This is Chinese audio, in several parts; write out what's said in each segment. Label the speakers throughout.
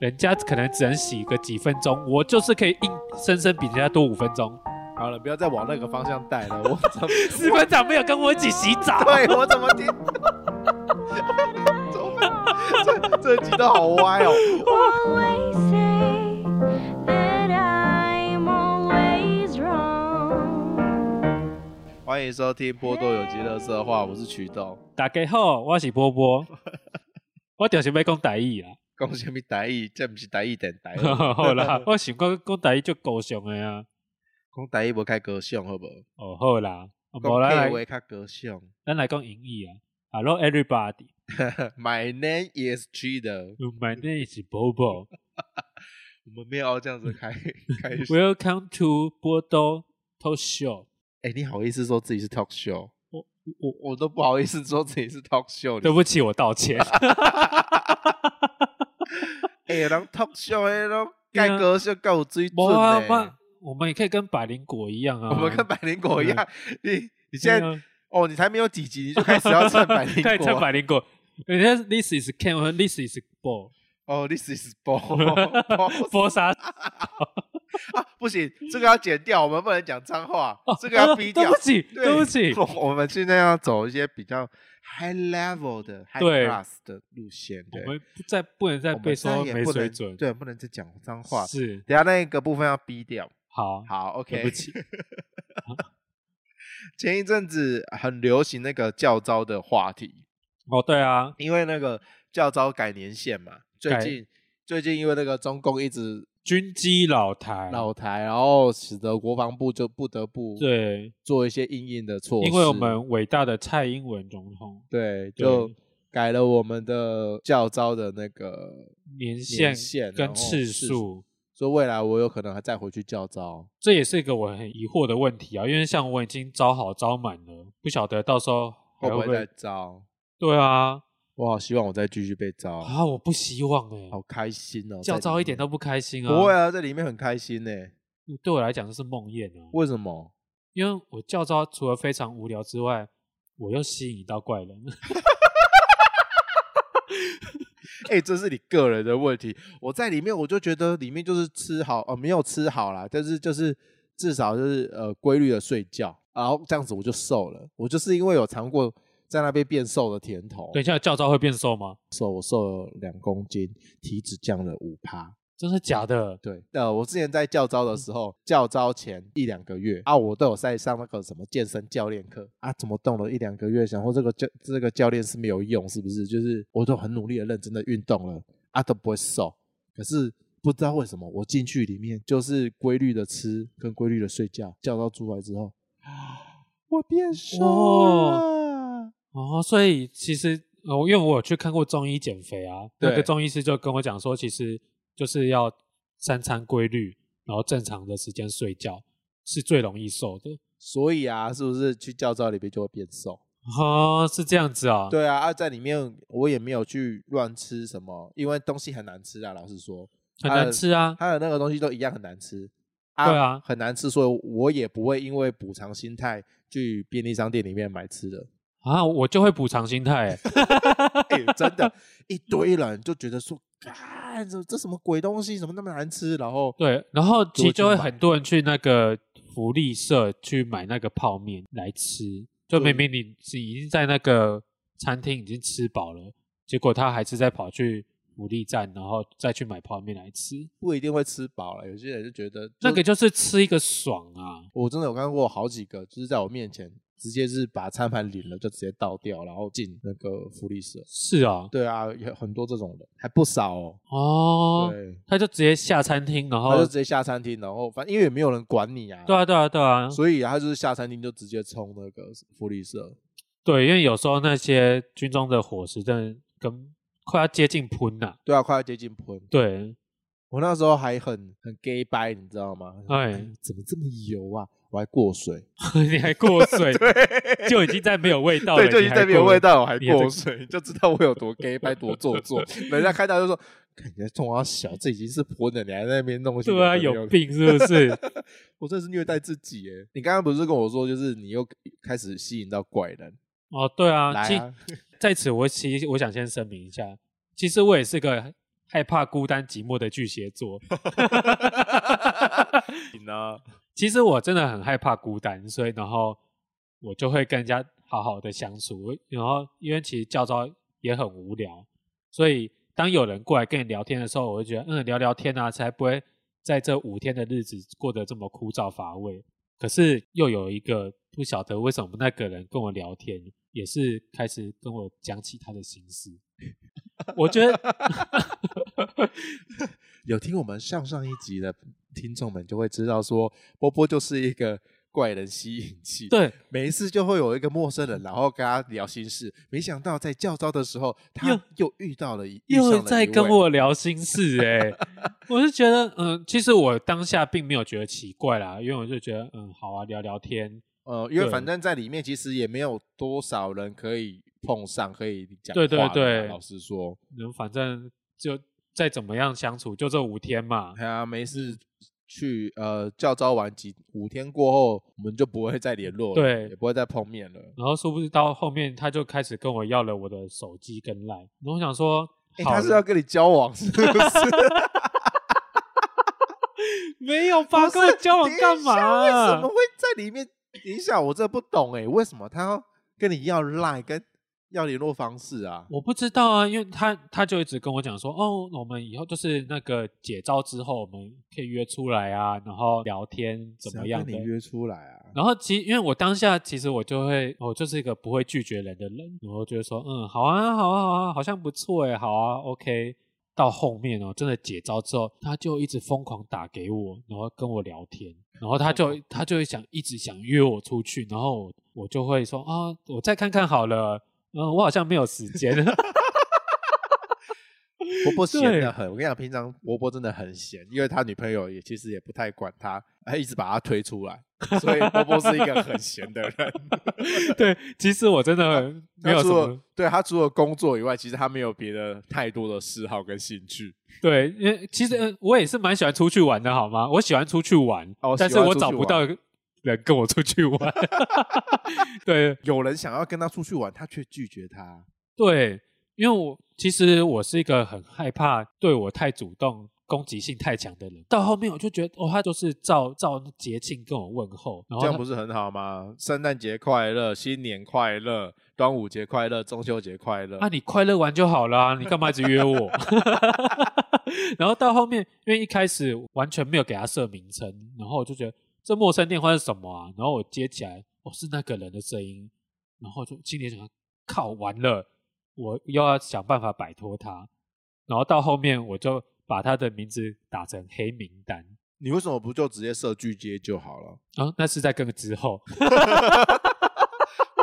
Speaker 1: 人家可能只能洗个几分钟，我就是可以硬生生比人家多五分钟。
Speaker 2: 好了，不要再往那个方向带 了，我怎么，
Speaker 1: 四班长没有跟我一起洗澡
Speaker 2: 对我怎么听？ 怎么办这这集都好歪哦！
Speaker 3: always say that I'm always wrong.
Speaker 2: 欢迎收听波多有机乐色话，我是曲豆。
Speaker 1: 打给后我是波 波，我就是要讲台语啊。
Speaker 2: 讲什么台语？这不是台语电
Speaker 1: 哎
Speaker 2: 台哦，
Speaker 1: 好啦，我想讲讲台语就高尚的啊。
Speaker 2: 讲台语无开歌唱好不好？
Speaker 1: 哦，好啦，啊无咱
Speaker 2: 讲客
Speaker 1: 来
Speaker 2: 话较歌唱。
Speaker 1: 咱来讲英语啊。Hello everybody,
Speaker 2: My name is G 的，
Speaker 1: my name is Bobo.
Speaker 2: 我们没有要这样子 开开始。
Speaker 1: Welcome to 波多 Talk Show。
Speaker 2: 哎、你好意思说自己是 talk show？
Speaker 1: 我
Speaker 2: 我我都不好意思说自己是 talk show。
Speaker 1: 对不起，我道 歉。
Speaker 2: 哎、人 talk show 哎，人
Speaker 1: 对啊
Speaker 2: 盖歌唱够有水
Speaker 1: 无
Speaker 2: 准
Speaker 1: 啊，
Speaker 2: 呢、
Speaker 1: 妈，我们也可以跟百灵果一样啊。
Speaker 2: 我们跟百灵果一 样，你你现在、
Speaker 1: 啊对啊
Speaker 2: 哦，你才没有几集你就开始要蹭
Speaker 1: 开
Speaker 2: 百 灵
Speaker 1: 始蹭
Speaker 2: 果啊
Speaker 1: 百灵果。人家 this is can 和 this is ball
Speaker 2: 哦，this is ball
Speaker 1: 波杀
Speaker 2: 啊，不行，这个要剪掉，我们不能讲脏话，这个
Speaker 1: 呃
Speaker 2: 要 逼
Speaker 1: 对
Speaker 2: 掉
Speaker 1: 不。起，对不起，
Speaker 2: 我我们现在要走一些比较 high level 的 high
Speaker 1: 对
Speaker 2: class 的路线，对，
Speaker 1: 我们不再不能再
Speaker 2: 我们
Speaker 1: 被说
Speaker 2: 再也
Speaker 1: 没
Speaker 2: 不能
Speaker 1: 水准。
Speaker 2: 对，不能再讲脏话。
Speaker 1: 是
Speaker 2: 等一下那个部分要逼掉。
Speaker 1: 好，
Speaker 2: 好，OK。
Speaker 1: 对不起。
Speaker 2: 前一阵子很流行那个教招的话题，
Speaker 1: 哦，对啊，
Speaker 2: 因为那个教招改年限嘛，最
Speaker 1: 改
Speaker 2: 近最近因为那个中共一直
Speaker 1: 军机老台，
Speaker 2: 老台，然后使得国防部就不得不
Speaker 1: 对，
Speaker 2: 做一些应应的措施，
Speaker 1: 因为我们伟大的蔡英文总统
Speaker 2: 对就改了我们的教招的那个
Speaker 1: 年限
Speaker 2: 限哦然
Speaker 1: 跟
Speaker 2: 后
Speaker 1: 次
Speaker 2: 次
Speaker 1: 数，
Speaker 2: 所以未来我有可能还再回去教招。
Speaker 1: 这也是一个我很疑惑的问题啊。因为像我已经招好招满了，不晓得到时候还
Speaker 2: 会不
Speaker 1: 会
Speaker 2: 会再招？
Speaker 1: 对啊，
Speaker 2: 我好希望我再继续被招，
Speaker 1: 啊，我不希望哎、
Speaker 2: 好开心哦！
Speaker 1: 教
Speaker 2: 在
Speaker 1: 招
Speaker 2: 里
Speaker 1: 一点
Speaker 2: 面
Speaker 1: 都不开心啊。
Speaker 2: 不会啊，在里面很开心呢。
Speaker 1: 对我来讲就是梦魇啊。
Speaker 2: 为什么？
Speaker 1: 因为我教招除了非常无聊之外，我又吸引到怪人。
Speaker 2: 哎、这是你个人的问题。我在里面，我就觉得里面就是吃好，呃，没有吃好啦，但是就是至少就是呃规律的睡觉，然后这样子我就瘦了。我就是因为有尝过在那边变瘦的甜头，
Speaker 1: 等一，下教招会变瘦吗？
Speaker 2: 瘦我瘦了两公斤，体脂降了五趴。
Speaker 1: 真的假的？
Speaker 2: 对，呃，我之前在教招的时候，教招前一两个月啊，我都有在上那个什么健身教练课啊，怎么动了一两个月，想说这个教这个教练是没有用，是不是？就是我都很努力的、认真的运动了啊，都不会瘦，可是不知道为什么我进去里面就是规律的吃跟规律的睡觉，教招出来之后，我变瘦了
Speaker 1: 哦，哦，所以其实呃，因为我有去看过中医减肥啊，那个
Speaker 2: 对
Speaker 1: 中医师就跟我讲说，其实就是要三餐规律，然后正常的时间睡觉是最容易瘦的。
Speaker 2: 所以啊，是不是去教招里面就会变瘦？
Speaker 1: 哦，是这样子啊。
Speaker 2: 对啊，啊，在里面我也没有去乱吃什么，因为东西很难吃啊。老实说，
Speaker 1: 很难吃啊。
Speaker 2: 它的那个东西都一样很难吃。
Speaker 1: 对啊
Speaker 2: 很难吃，所以我也不会因为补偿心态去便利商店里面买 吃的。
Speaker 1: 啊，我就会补偿心 态欸。
Speaker 2: 哎、真的，一堆人就觉得说，干，这这什么鬼东西，怎么那么难吃？然后，
Speaker 1: 对，然后其实
Speaker 2: 就
Speaker 1: 就会
Speaker 2: 会去买
Speaker 1: 很多人去那个福利社去买那个泡面来吃，就
Speaker 2: 对
Speaker 1: 明明你是已经在那个餐厅已经吃饱了，结果他还是在跑去福利站，然后再去买泡面来吃，
Speaker 2: 不一定会吃饱了。有些人就觉得，
Speaker 1: 那个就是吃一个爽啊！
Speaker 2: 我真的有看过好几个，就是在我面前直接是把餐盘领了就直接倒掉，然后进那个福利社。
Speaker 1: 是啊，
Speaker 2: 对啊，有很多这种人，还不少哦。
Speaker 1: 哦，
Speaker 2: 对，
Speaker 1: 他就直接下餐厅，然
Speaker 2: 他就
Speaker 1: 后
Speaker 2: 直接下餐厅，然后反正因为也没有人管你啊，
Speaker 1: 对啊，对啊，对啊，
Speaker 2: 所以啊他就是下餐厅就直接冲那个福利社，
Speaker 1: 对，因为有时候那些军中的伙食真的跟快要接近喷呐，
Speaker 2: 对啊，快要接近喷。
Speaker 1: 对，
Speaker 2: 我那时候还很很 gay 掰，你知道吗？
Speaker 1: 哎
Speaker 2: 怎么这么油啊？我还过水，
Speaker 1: 你还过水，
Speaker 2: 对
Speaker 1: 就已经在没有味道了，
Speaker 2: 对，就已
Speaker 1: 你
Speaker 2: 经
Speaker 1: 还
Speaker 2: 在没有
Speaker 1: 过
Speaker 2: 味道，我还
Speaker 1: 你还在
Speaker 2: 过水，就知道我有多 gay 掰，多做作。 人家看到就说，感觉中华小，这已经是喷的，你还在那边弄。
Speaker 1: 对啊，有。病是不 是？
Speaker 2: 我真的是虐待自己耶！你刚刚不是跟我说，就是你又开始吸引到怪 人，
Speaker 1: 哦，对啊，
Speaker 2: 来
Speaker 1: 其
Speaker 2: 啊，
Speaker 1: 在此我其实我想先声明一下，其实我也是个害怕孤单寂寞的巨蟹座。
Speaker 4: 你呢？
Speaker 1: 其实我真的很害怕孤单，所以然后我就会跟人家好好的相处。然后因为其实教招也很无聊，所以当有人过来跟你聊天的时候，我会觉得嗯聊聊天啊，才不会在这五天的日子过得这么枯燥乏味。可是又有一个不晓得为什么那个人跟我聊天，也是开始跟我讲起他的心事。 我觉得
Speaker 2: 有听我们上上一集的听众们就会知道说，波波就是一个怪人吸引器。
Speaker 1: 对，
Speaker 2: 每一次就会有一个陌生人，然后跟他聊心事。没想到在教招的时候，他又遇到了一遇
Speaker 1: 又
Speaker 2: 上了
Speaker 1: 在
Speaker 2: 一
Speaker 1: 跟
Speaker 2: 位
Speaker 1: 我聊心 事哎、我是觉得嗯，其实我当下并没有觉得奇怪啦，因为我就觉得嗯，好啊，聊聊天，
Speaker 2: 呃，因为
Speaker 1: 对
Speaker 2: 反正在里面其实也没有多少人可以碰上，可以讲
Speaker 1: 对对
Speaker 2: 话的
Speaker 1: 对
Speaker 2: 老实说，
Speaker 1: 嗯，反正就再怎么样相处，就这五天嘛。
Speaker 2: 哎呀，没事去呃教招完几五天过后，我们就不会再联络了，
Speaker 1: 对
Speaker 2: 也不会再碰面了。
Speaker 1: 然后殊不知到后面他就开始跟我要了我的手机跟 line，然后我想说，
Speaker 2: 哎，
Speaker 1: 好
Speaker 2: 他是
Speaker 1: 了
Speaker 2: 要跟你交往是 不是？
Speaker 1: 没有吧？跟我交往干 嘛、啊
Speaker 2: 为什么会在里面？等一下，我真的不懂哎、为什么他要跟你要 line 跟要联络方式啊？
Speaker 1: 我不知道啊，因为他他就一直跟我讲说，哦，我们以后就是那个解招之后，我们可以约出来啊，然后聊天怎么
Speaker 2: 谁要
Speaker 1: 样
Speaker 2: 跟
Speaker 1: 的。
Speaker 2: 你约出来啊？
Speaker 1: 然后其实因为我当下其实我就会，我就是一个不会拒绝人的人，然后就会说，嗯，好啊，好啊，好啊，好像不错哎，好啊，OK。到后面哦，真的解招之后，他就一直疯狂打给我，然后跟我聊天，然后他
Speaker 2: 哦
Speaker 1: 就他就会想一直想约我出去，然后我我就会说啊，我再看看好了，嗯，我好像没有时间。
Speaker 2: 波波闲
Speaker 1: 对
Speaker 2: 的很，我跟你讲，平常波波真的很闲，因为他女朋友也其实也不太管他，还一直把他推出来，所以波波是一个很闲的人。
Speaker 1: 对，其实我真的没有什
Speaker 2: 他除
Speaker 1: 么
Speaker 2: 了对他除了工作以外，其实他没有别的太多的嗜好跟兴趣。
Speaker 1: 对，因为其实呃我也是蛮喜欢出去玩的，好吗？我喜欢出去玩，
Speaker 2: 哦
Speaker 1: 但
Speaker 2: 喜
Speaker 1: 是
Speaker 2: 欢
Speaker 1: 我
Speaker 2: 出
Speaker 1: 找
Speaker 2: 去
Speaker 1: 不
Speaker 2: 玩
Speaker 1: 到人跟我出去玩。 对
Speaker 2: 有人想要跟他出去玩，他却拒绝他。
Speaker 1: 对，因为我其实我是一个很害怕对我太主动、攻击性太强的人。到后面我就觉得，哦，他就是照照节庆跟我问候，然后
Speaker 2: 这样
Speaker 1: 他
Speaker 2: 不是很好吗？圣诞节快乐，新年快乐，端午节快乐，中秋节快乐。
Speaker 1: 啊，你快乐完就好啦，你干嘛一直约我？ 然后到后面，因为一开始完全没有给他设名称，然后我就觉得这陌生电话是什么啊？然后我接起来，哦，是那个人的声音，然后就心里想，靠，完了，我又要想办法摆脱他。然后到后面，我就把他的名字打成黑名单。
Speaker 2: 你为什么不就直接设拒接就好了？
Speaker 1: 啊，那是在更之后，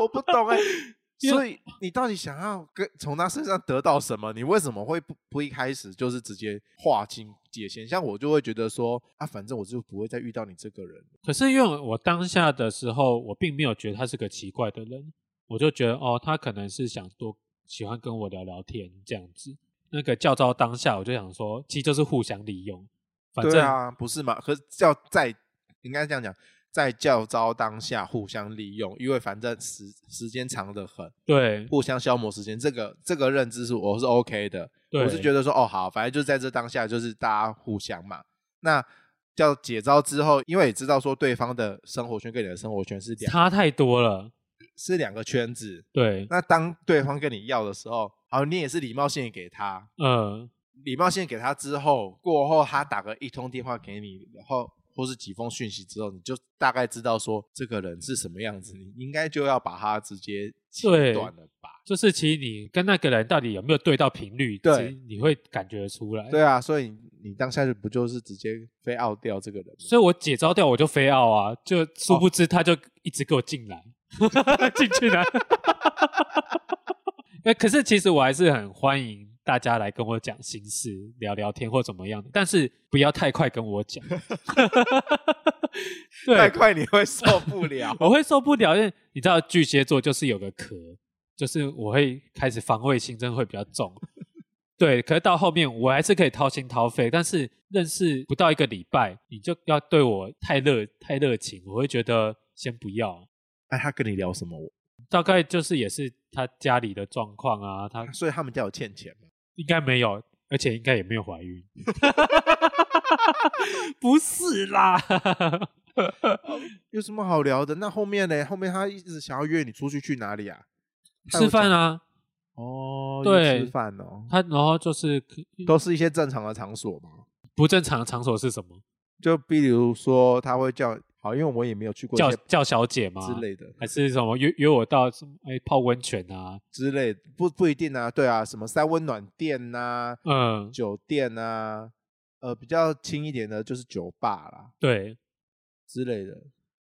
Speaker 2: 我不懂哎、
Speaker 1: 因为
Speaker 2: 所以你到底想要跟从他身上得到什么？你为什么会不不一开始就是直接划清界限？像我就会觉得说啊，反正我就不会再遇到你这个人。
Speaker 1: 可是因为我当下的时候，我并没有觉得他是个奇怪的人，我就觉得哦，他可能是想多喜欢跟我聊聊天这样子。那个教招当下，我就想说，其实就是互相利用，反
Speaker 2: 对
Speaker 1: 正、
Speaker 2: 啊，不是嘛？可是叫在应该这样讲，在教招当下互相利用，因为反正时时间长得很，
Speaker 1: 对
Speaker 2: 互相消磨时间，这个这个认知是我是 OK 的。
Speaker 1: 对
Speaker 2: 我是觉得说哦好，反正就在这当下，就是大家互相嘛。那叫解招之后，因为也知道说对方的生活圈跟你的生活圈是两
Speaker 1: 差太多了，
Speaker 2: 是两个圈子。
Speaker 1: 对，
Speaker 2: 那当对方跟你要的时候，好，你也是礼貌性地给他，
Speaker 1: 嗯，
Speaker 2: 礼貌性地给他之后，过后他打个一通电话给你，然后或是几封讯息之后，你就大概知道说这个人是什么样子，你应该就要把他直接切
Speaker 1: 对
Speaker 2: 断了吧。
Speaker 1: 就是其实你跟那个人到底有没有对到频率，
Speaker 2: 对
Speaker 1: 其实你会感觉得出来。
Speaker 2: 对啊，所以你当下就不就是直接非傲掉这个人吗？
Speaker 1: 所以我解招掉我就非要啊，就殊不知他就一直给我进来， 进去来。哎，可是其实我还是很欢迎大家来跟我讲心事、聊聊天或怎么样的，但是不要太快跟我讲。 对，。
Speaker 2: 太快你会受不了
Speaker 1: 我会受不了，因为你知道巨蟹座就是有个壳，就是我会开始防卫心真的会比较重。 对，可是到后面我还是可以掏心掏肺，但是认识不到一个礼拜，你就要对我太热太热情，我会觉得先不要。
Speaker 2: 哎，他跟你聊什么？
Speaker 1: 大概就是也是他家里的状况啊，他
Speaker 2: 所以他们家有欠钱吗？
Speaker 1: 应该没有，而且应该也没有怀孕。 不是啦，
Speaker 2: 有什么好聊的？那后面呢？后面他一直想要约你出去，去哪里啊？他有
Speaker 1: 吃饭啊，
Speaker 2: 哦，
Speaker 1: 对
Speaker 2: 有吃饭哦，
Speaker 1: 他然后就是
Speaker 2: 都是一些正常的场所嘛。
Speaker 1: 不正常的场所是什么？
Speaker 2: 就比如说，他会叫，好，因为我也没有去过一
Speaker 1: 叫
Speaker 2: 些
Speaker 1: 叫小姐吗？
Speaker 2: 之类的，
Speaker 1: 还是什么约约我到什么哎泡温泉啊？
Speaker 2: 之类的不不一定啊，对啊，什么三温暖店呐、
Speaker 1: 嗯，
Speaker 2: 酒店啊，呃，比较轻一点的就是酒吧啦
Speaker 1: 对，
Speaker 2: 之类的，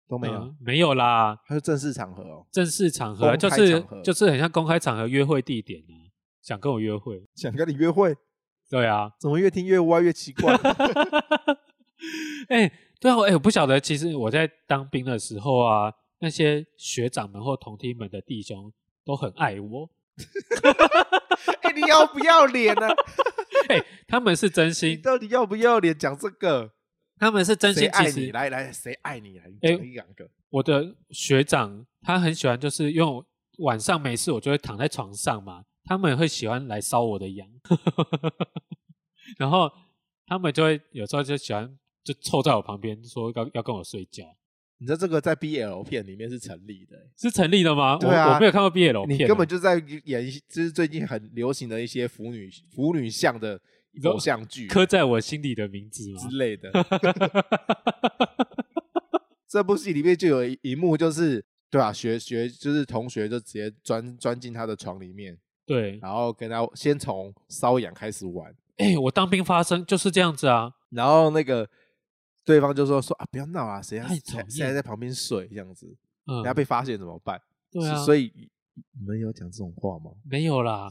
Speaker 2: 都没有，
Speaker 1: 嗯没有啦，
Speaker 2: 还有正式场合哦。
Speaker 1: 正式场合啊
Speaker 2: 公
Speaker 1: 就
Speaker 2: 开
Speaker 1: 是
Speaker 2: 场合
Speaker 1: 就是很像公开场合约会地点啊，想跟我约会，
Speaker 2: 想跟你约会，
Speaker 1: 对啊，
Speaker 2: 怎么越听越歪越奇怪？
Speaker 1: 哎、对啊，哎、我不晓得，其实我在当兵的时候啊，那些学长们或同梯们的弟兄都很爱我，
Speaker 2: 哎、你要不要脸呢、啊？
Speaker 1: 哎、他们是真
Speaker 2: 你
Speaker 1: 心，
Speaker 2: 到底要不要脸？讲这个，
Speaker 1: 他们是真
Speaker 2: 谁
Speaker 1: 心，其
Speaker 2: 爱你？
Speaker 1: 实
Speaker 2: 来来，谁爱你？来，你
Speaker 1: 哎
Speaker 2: 讲一两个。
Speaker 1: 我的学长他很喜欢，就是因为我晚上没事，我就会躺在床上嘛，他们会喜欢来搔我的痒， 然后他们就会有时候就喜欢就凑在我旁边说要要跟我睡觉，
Speaker 2: 你知道这个在 BL 片里面是成立的、欸
Speaker 1: 是成立的吗？
Speaker 2: 对啊
Speaker 1: 我我没有看过 BL
Speaker 2: 你
Speaker 1: 片啊，
Speaker 2: 根本就在演一些，就是最近很流行的一些腐女腐女向的
Speaker 1: 说
Speaker 2: 偶像剧
Speaker 1: 刻在我心里的名字嘛
Speaker 2: 之。类的。 这部戏里面就有一一幕，就是对啊，学学就是同学就直接钻钻进他的床里面，
Speaker 1: 对，
Speaker 2: 然后跟他先从瘙痒开始玩，
Speaker 1: 哎、我当兵发生就是这样子啊，
Speaker 2: 然后那个对方就说说啊不要闹啊，谁要
Speaker 1: 太
Speaker 2: 谁
Speaker 1: 讨厌
Speaker 2: 谁还在旁边睡这样子，
Speaker 1: 嗯
Speaker 2: 人，家被发现怎么办？
Speaker 1: 对啊，
Speaker 2: 是所
Speaker 1: 以
Speaker 2: 以你们有讲这种话吗？
Speaker 1: 没有啦，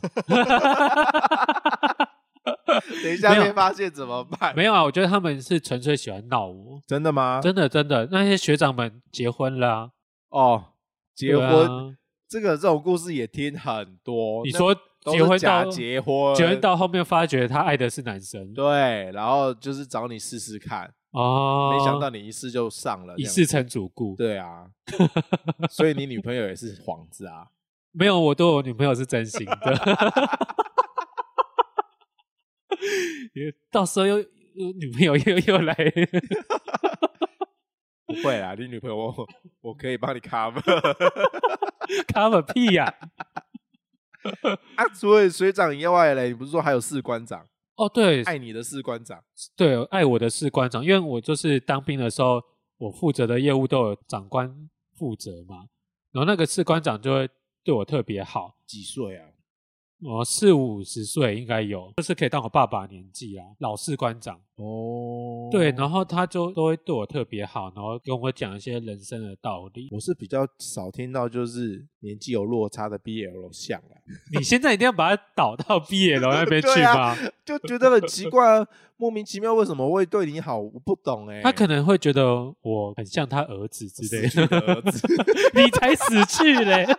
Speaker 2: 等一下
Speaker 1: 没有
Speaker 2: 被发现怎么办？
Speaker 1: 没有啊，我觉得他们是纯粹喜欢闹我，
Speaker 2: 真的吗？
Speaker 1: 真的真的，那些学长们结婚啊啦、
Speaker 2: 哦，结
Speaker 1: 对
Speaker 2: 婚、
Speaker 1: 啊
Speaker 2: 这个这种故事也听很多。
Speaker 1: 你
Speaker 2: 哦那
Speaker 1: 说
Speaker 2: 都
Speaker 1: 结
Speaker 2: 是
Speaker 1: 婚
Speaker 2: 假
Speaker 1: 到
Speaker 2: 结婚
Speaker 1: 结婚到后面发觉他爱的是男生，
Speaker 2: 对，然后就是找你试试看，
Speaker 1: 哦，
Speaker 2: 没想到你一试就上了，
Speaker 1: 一
Speaker 2: 这样
Speaker 1: 世
Speaker 2: 子
Speaker 1: 成主顾。
Speaker 2: 对啊，所以你女朋友也是幌子啊。
Speaker 1: 没有，我对我女朋友是真心的。 也到时候又又女朋友又又来，
Speaker 2: 不会啦，你女朋友我我可以帮你 cover
Speaker 1: 卡个屁呀、
Speaker 2: 啊。除了水长以外嘞，你不是说还有士官长
Speaker 1: 哦，对
Speaker 2: 爱你的士官长？
Speaker 1: 对，爱我的士官长，因为我就是当兵的时候，我负责的业务都有长官负责嘛，然后那个士官长就会对我特别好，
Speaker 2: 几岁啊？
Speaker 1: 我呃四五十岁应该有，就是可以当我爸爸的年纪啦，老士官长。
Speaker 2: 哦，
Speaker 1: 对，然后他就都会对我特别好，然后跟我讲一些人生的道理。
Speaker 2: 我是比较少听到就是年纪有落差的 BL 像啊啦。
Speaker 1: 你现在一定要把它导到 BL 那边去
Speaker 2: 对
Speaker 1: 吗？
Speaker 2: 啊就觉得很奇怪、啊，莫名其妙为什么会对你好，我不懂哎、
Speaker 1: 他可能会觉得我很像他儿子之类
Speaker 2: 死去的儿子
Speaker 1: 你才死去嘞！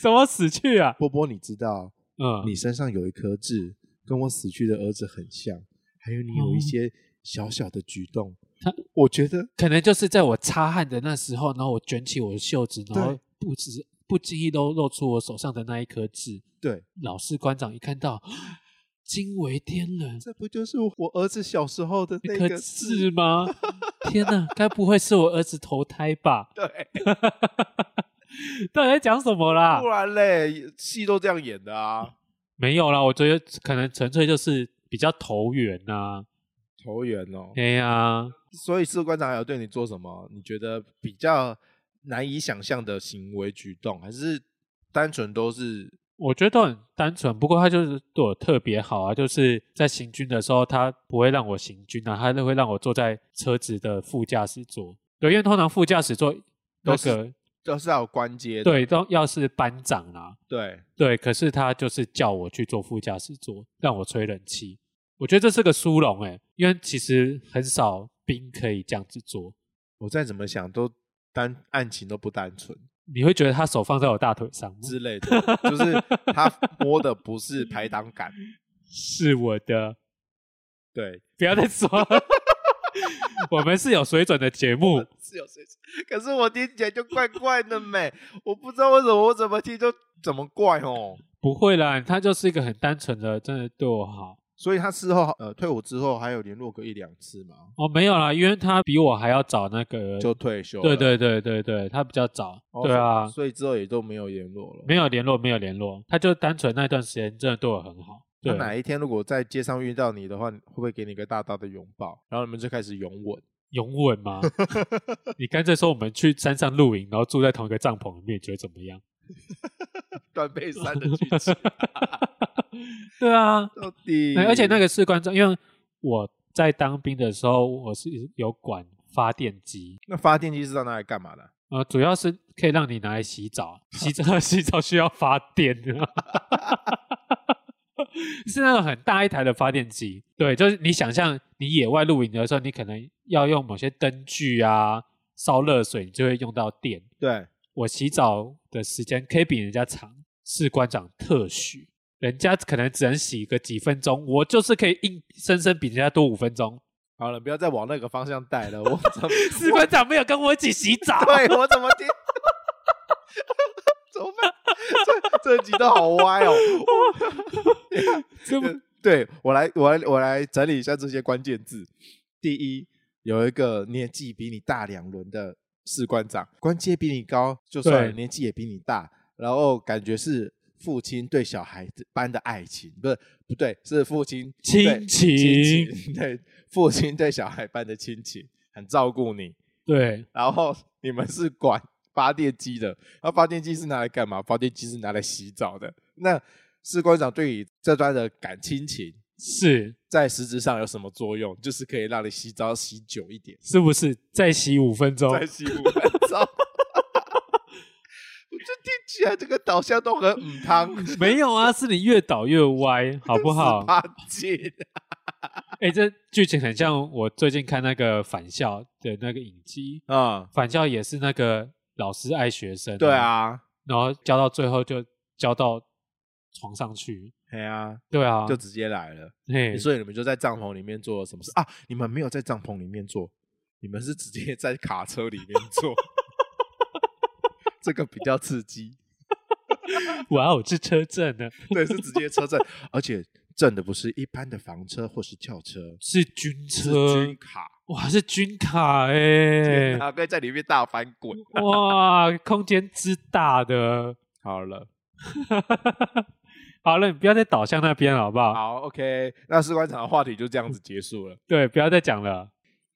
Speaker 1: 什么死去啊？
Speaker 2: 波波，你知道
Speaker 1: 嗯，
Speaker 2: 你身上有一颗痣，跟我死去的儿子很像，还有你有一些小小的举动，
Speaker 1: 他
Speaker 2: 我觉得
Speaker 1: 可能就是在我擦汗的那时候，然后我卷起我的袖子，然后
Speaker 2: 对
Speaker 1: 不知不经意都露出我手上的那一颗痣。
Speaker 2: 对，
Speaker 1: 老士官长一看到，惊为天人，
Speaker 2: 这不就是我儿子小时候的那
Speaker 1: 那颗
Speaker 2: 个痣？
Speaker 1: 痣吗？ 天哪，该不会是我儿子投胎吧？
Speaker 2: 对，
Speaker 1: 到底在讲什么啦
Speaker 2: 不？然嘞，戏都这样演的啊，
Speaker 1: 没有啦，我觉得可能纯粹就是比较投缘呐、
Speaker 2: 投缘哦。
Speaker 1: 哎呀，
Speaker 2: 所以士官长还有对你做什么？你觉得比较难以想象的行为举动，还是单纯都是
Speaker 1: 我觉得都很单纯，不过他就是对我特别好啊，就是在行军的时候，他不会让我行军啊，他就会让我坐在车子的副驾驶座。对，因为通常副驾驶座那
Speaker 2: 都是
Speaker 1: 个
Speaker 2: 都是要有关节的？
Speaker 1: 对，都要是班长啊啦、
Speaker 2: 对，
Speaker 1: 对，可是他就是叫我去坐副驾驶座，让我吹冷气。我觉得这是个殊荣诶、因为其实很少兵可以这样子做。
Speaker 2: 我再怎么想都单案情都不单纯
Speaker 1: 你会觉得他手放在我大腿上吗，
Speaker 2: 之类 的，就是他摸的不是排挡 杆，
Speaker 1: 是我的，
Speaker 2: 对，
Speaker 1: 不要再说 了，我们是有水准的节目。
Speaker 2: 是有谁？可是我听起来就怪怪的没，我不知道为什么我怎么听就怎么怪哦。
Speaker 1: 不会啦，他就是一个很单纯的，真的对我好。
Speaker 2: 所以他事后呃退伍之后还有联络个一两次嘛，
Speaker 1: 哦，没有啦，因为他比我还要早那个，
Speaker 2: 就退休了。
Speaker 1: 对对对对对，他比较早，
Speaker 2: 哦
Speaker 1: 对啊，
Speaker 2: 所以之后也都没有联络了。
Speaker 1: 没有联络，没有联络，他就单纯那段时间真的对我很好。
Speaker 2: 那
Speaker 1: 对，
Speaker 2: 哪一天如果在街上遇到你的话，你会不会给你一个大大的拥抱？然后你们就开始拥吻？
Speaker 1: 拥吻吗？你干脆说我们去山上露营，然后住在同一个帐篷里面，你觉得怎么样？
Speaker 2: 断背山的剧情
Speaker 1: 对啊，
Speaker 2: 到底
Speaker 1: 哎而且那个士官长，因为我在当兵的时候，我是有管发电机，
Speaker 2: 那发电机是到拿来干嘛的？
Speaker 1: 呃，主要是可以让你拿来洗澡，洗澡 洗澡需要发电的， 是那种很大一台的发电机。对，就是你想象你野外露营的时候，你可能要用某些灯具啊、烧热水，你就会用到电。
Speaker 2: 对，
Speaker 1: 我洗澡的时间可以比人家长，士官长特许，人家可能只能洗个几分钟，我就是可以硬生生比人家多五分 钟。
Speaker 2: 好了，不要再往那个方向带 了。我怎么？，
Speaker 1: 士官长没有跟我一起洗澡
Speaker 2: 对我怎么听？怎么办？ 这这集都好歪哦。
Speaker 1: 这不
Speaker 2: 对我来，我来，我来整理一下这些关键字。第一，有一个年纪比你大两轮的士官长，官阶比你高，就算了
Speaker 1: 对
Speaker 2: 年纪也比你大，然后感觉是父亲对小孩子般的爱情，不是不对，是父亲
Speaker 1: 亲
Speaker 2: 对
Speaker 1: 情
Speaker 2: 亲情， 对父亲对小孩般的亲情，很照顾你。
Speaker 1: 对
Speaker 2: 然后你们是管发电机的，那发电机是拿来干嘛？发电机是拿来洗澡的。那士官长对你这段的感亲情，
Speaker 1: 是
Speaker 2: 在实质上有什么作用？就是可以让你洗澡洗久一点，
Speaker 1: 是不是？再洗五分钟，
Speaker 2: 再洗五分钟。我就听起来这个导向都很嗯汤，
Speaker 1: 没有啊，是你越倒越歪， 好不 好？
Speaker 2: 八戒
Speaker 1: 哎、这剧情很像我最近看那个返校的那个影集，
Speaker 2: 啊，
Speaker 1: 返校也是那个老师爱学生、
Speaker 2: 对，啊，
Speaker 1: 然后教到最后就教到床上去，
Speaker 2: 对啊，
Speaker 1: 对啊，
Speaker 2: 就直接来了。欸
Speaker 1: 嘿，
Speaker 2: 所以你们就在帐篷里面做了什么事啊？你们没有在帐篷里面做，你们是直接在卡车里面做， 这个比较刺激。
Speaker 1: 哇哦，这车震呢，
Speaker 2: 对，是直接车震，而且震的不是一般的房车或是轿车，
Speaker 1: 是军
Speaker 2: 是
Speaker 1: 车，
Speaker 2: 军卡，
Speaker 1: 哇，是军卡哎、
Speaker 2: 啊，可以在里面大翻滚。
Speaker 1: 哇，空间之大的，
Speaker 2: 好了，
Speaker 1: 好了，你不要再倒向那边了好不好？
Speaker 2: 好，OK，那士官长的话题就这样子结束了。
Speaker 1: 对，不要再讲了，
Speaker 2: 嗯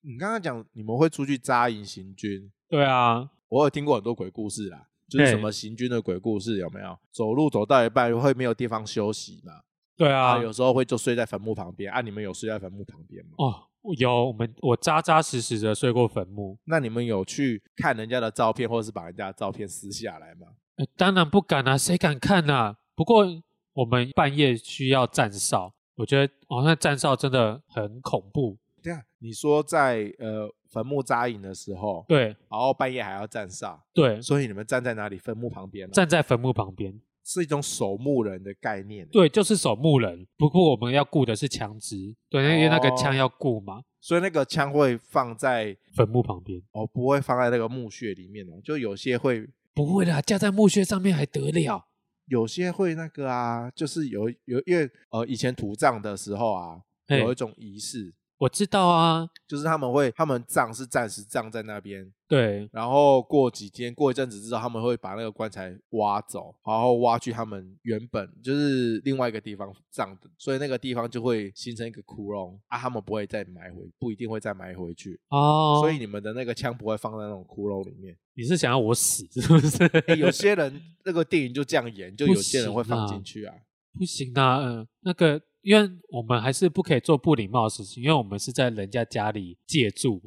Speaker 2: 你刚刚讲你们会出去扎营行军，
Speaker 1: 对啊，
Speaker 2: 我有听过很多鬼故事啦，就是什
Speaker 1: 嘿
Speaker 2: 么行军的鬼故事有没有？走路走到一半会没有地方休息嘛？
Speaker 1: 对
Speaker 2: 啊，
Speaker 1: 啊，
Speaker 2: 有时候会就睡在坟墓旁边啊。你们有睡在坟墓旁边吗？
Speaker 1: 哦，有我们我扎扎实实的睡过坟墓，
Speaker 2: 那你们有去看人家的照片，或者是把人家的照片撕下来吗？
Speaker 1: 呃当然不敢啊，谁敢看啊？不过我们半夜需要站哨，我觉得哦，那站哨真的很恐怖，
Speaker 2: 对啊，你说在呃坟墓扎营的时候，
Speaker 1: 对
Speaker 2: 然后半夜还要站哨，
Speaker 1: 对，
Speaker 2: 所以你们站在哪里？坟墓旁边、啊，
Speaker 1: 站在坟墓旁边，
Speaker 2: 是一种守墓人的概念。，
Speaker 1: 对，就是守墓人。不过我们要顾的是枪支，对，因为那个
Speaker 2: 哦
Speaker 1: 枪要顾嘛，
Speaker 2: 所以那个枪会放在
Speaker 1: 坟墓旁边。
Speaker 2: 哦，不会放在那个墓穴里面哦，就有些会。
Speaker 1: 不会啦，架在墓穴上面还得了？
Speaker 2: 有些会那个啊，就是有有因为呃以前土葬的时候啊，
Speaker 1: 嘿
Speaker 2: 有一种仪式，
Speaker 1: 我知道啊，
Speaker 2: 就是他们会，他们葬是暂时葬在那边，
Speaker 1: 对
Speaker 2: 然后过几天、过一阵子之后，他们会把那个棺材挖走，然后挖去他们原本就是另外一个地方葬的，所以那个地方就会形成一个窟窿啊，他们不会再埋回，不一定会再埋回去，
Speaker 1: 哦，
Speaker 2: 所以你们的那个枪不会放在那种窟窿里面。
Speaker 1: 你是想要我死是不是？
Speaker 2: 诶哎有些人那个电影就这样演，就
Speaker 1: 不
Speaker 2: 有些人会
Speaker 1: 行啊
Speaker 2: 放进去啊。
Speaker 1: 不行啊，嗯、那个，因为我们还是不可以做不礼貌的事情，因为我们是在人家家里借住，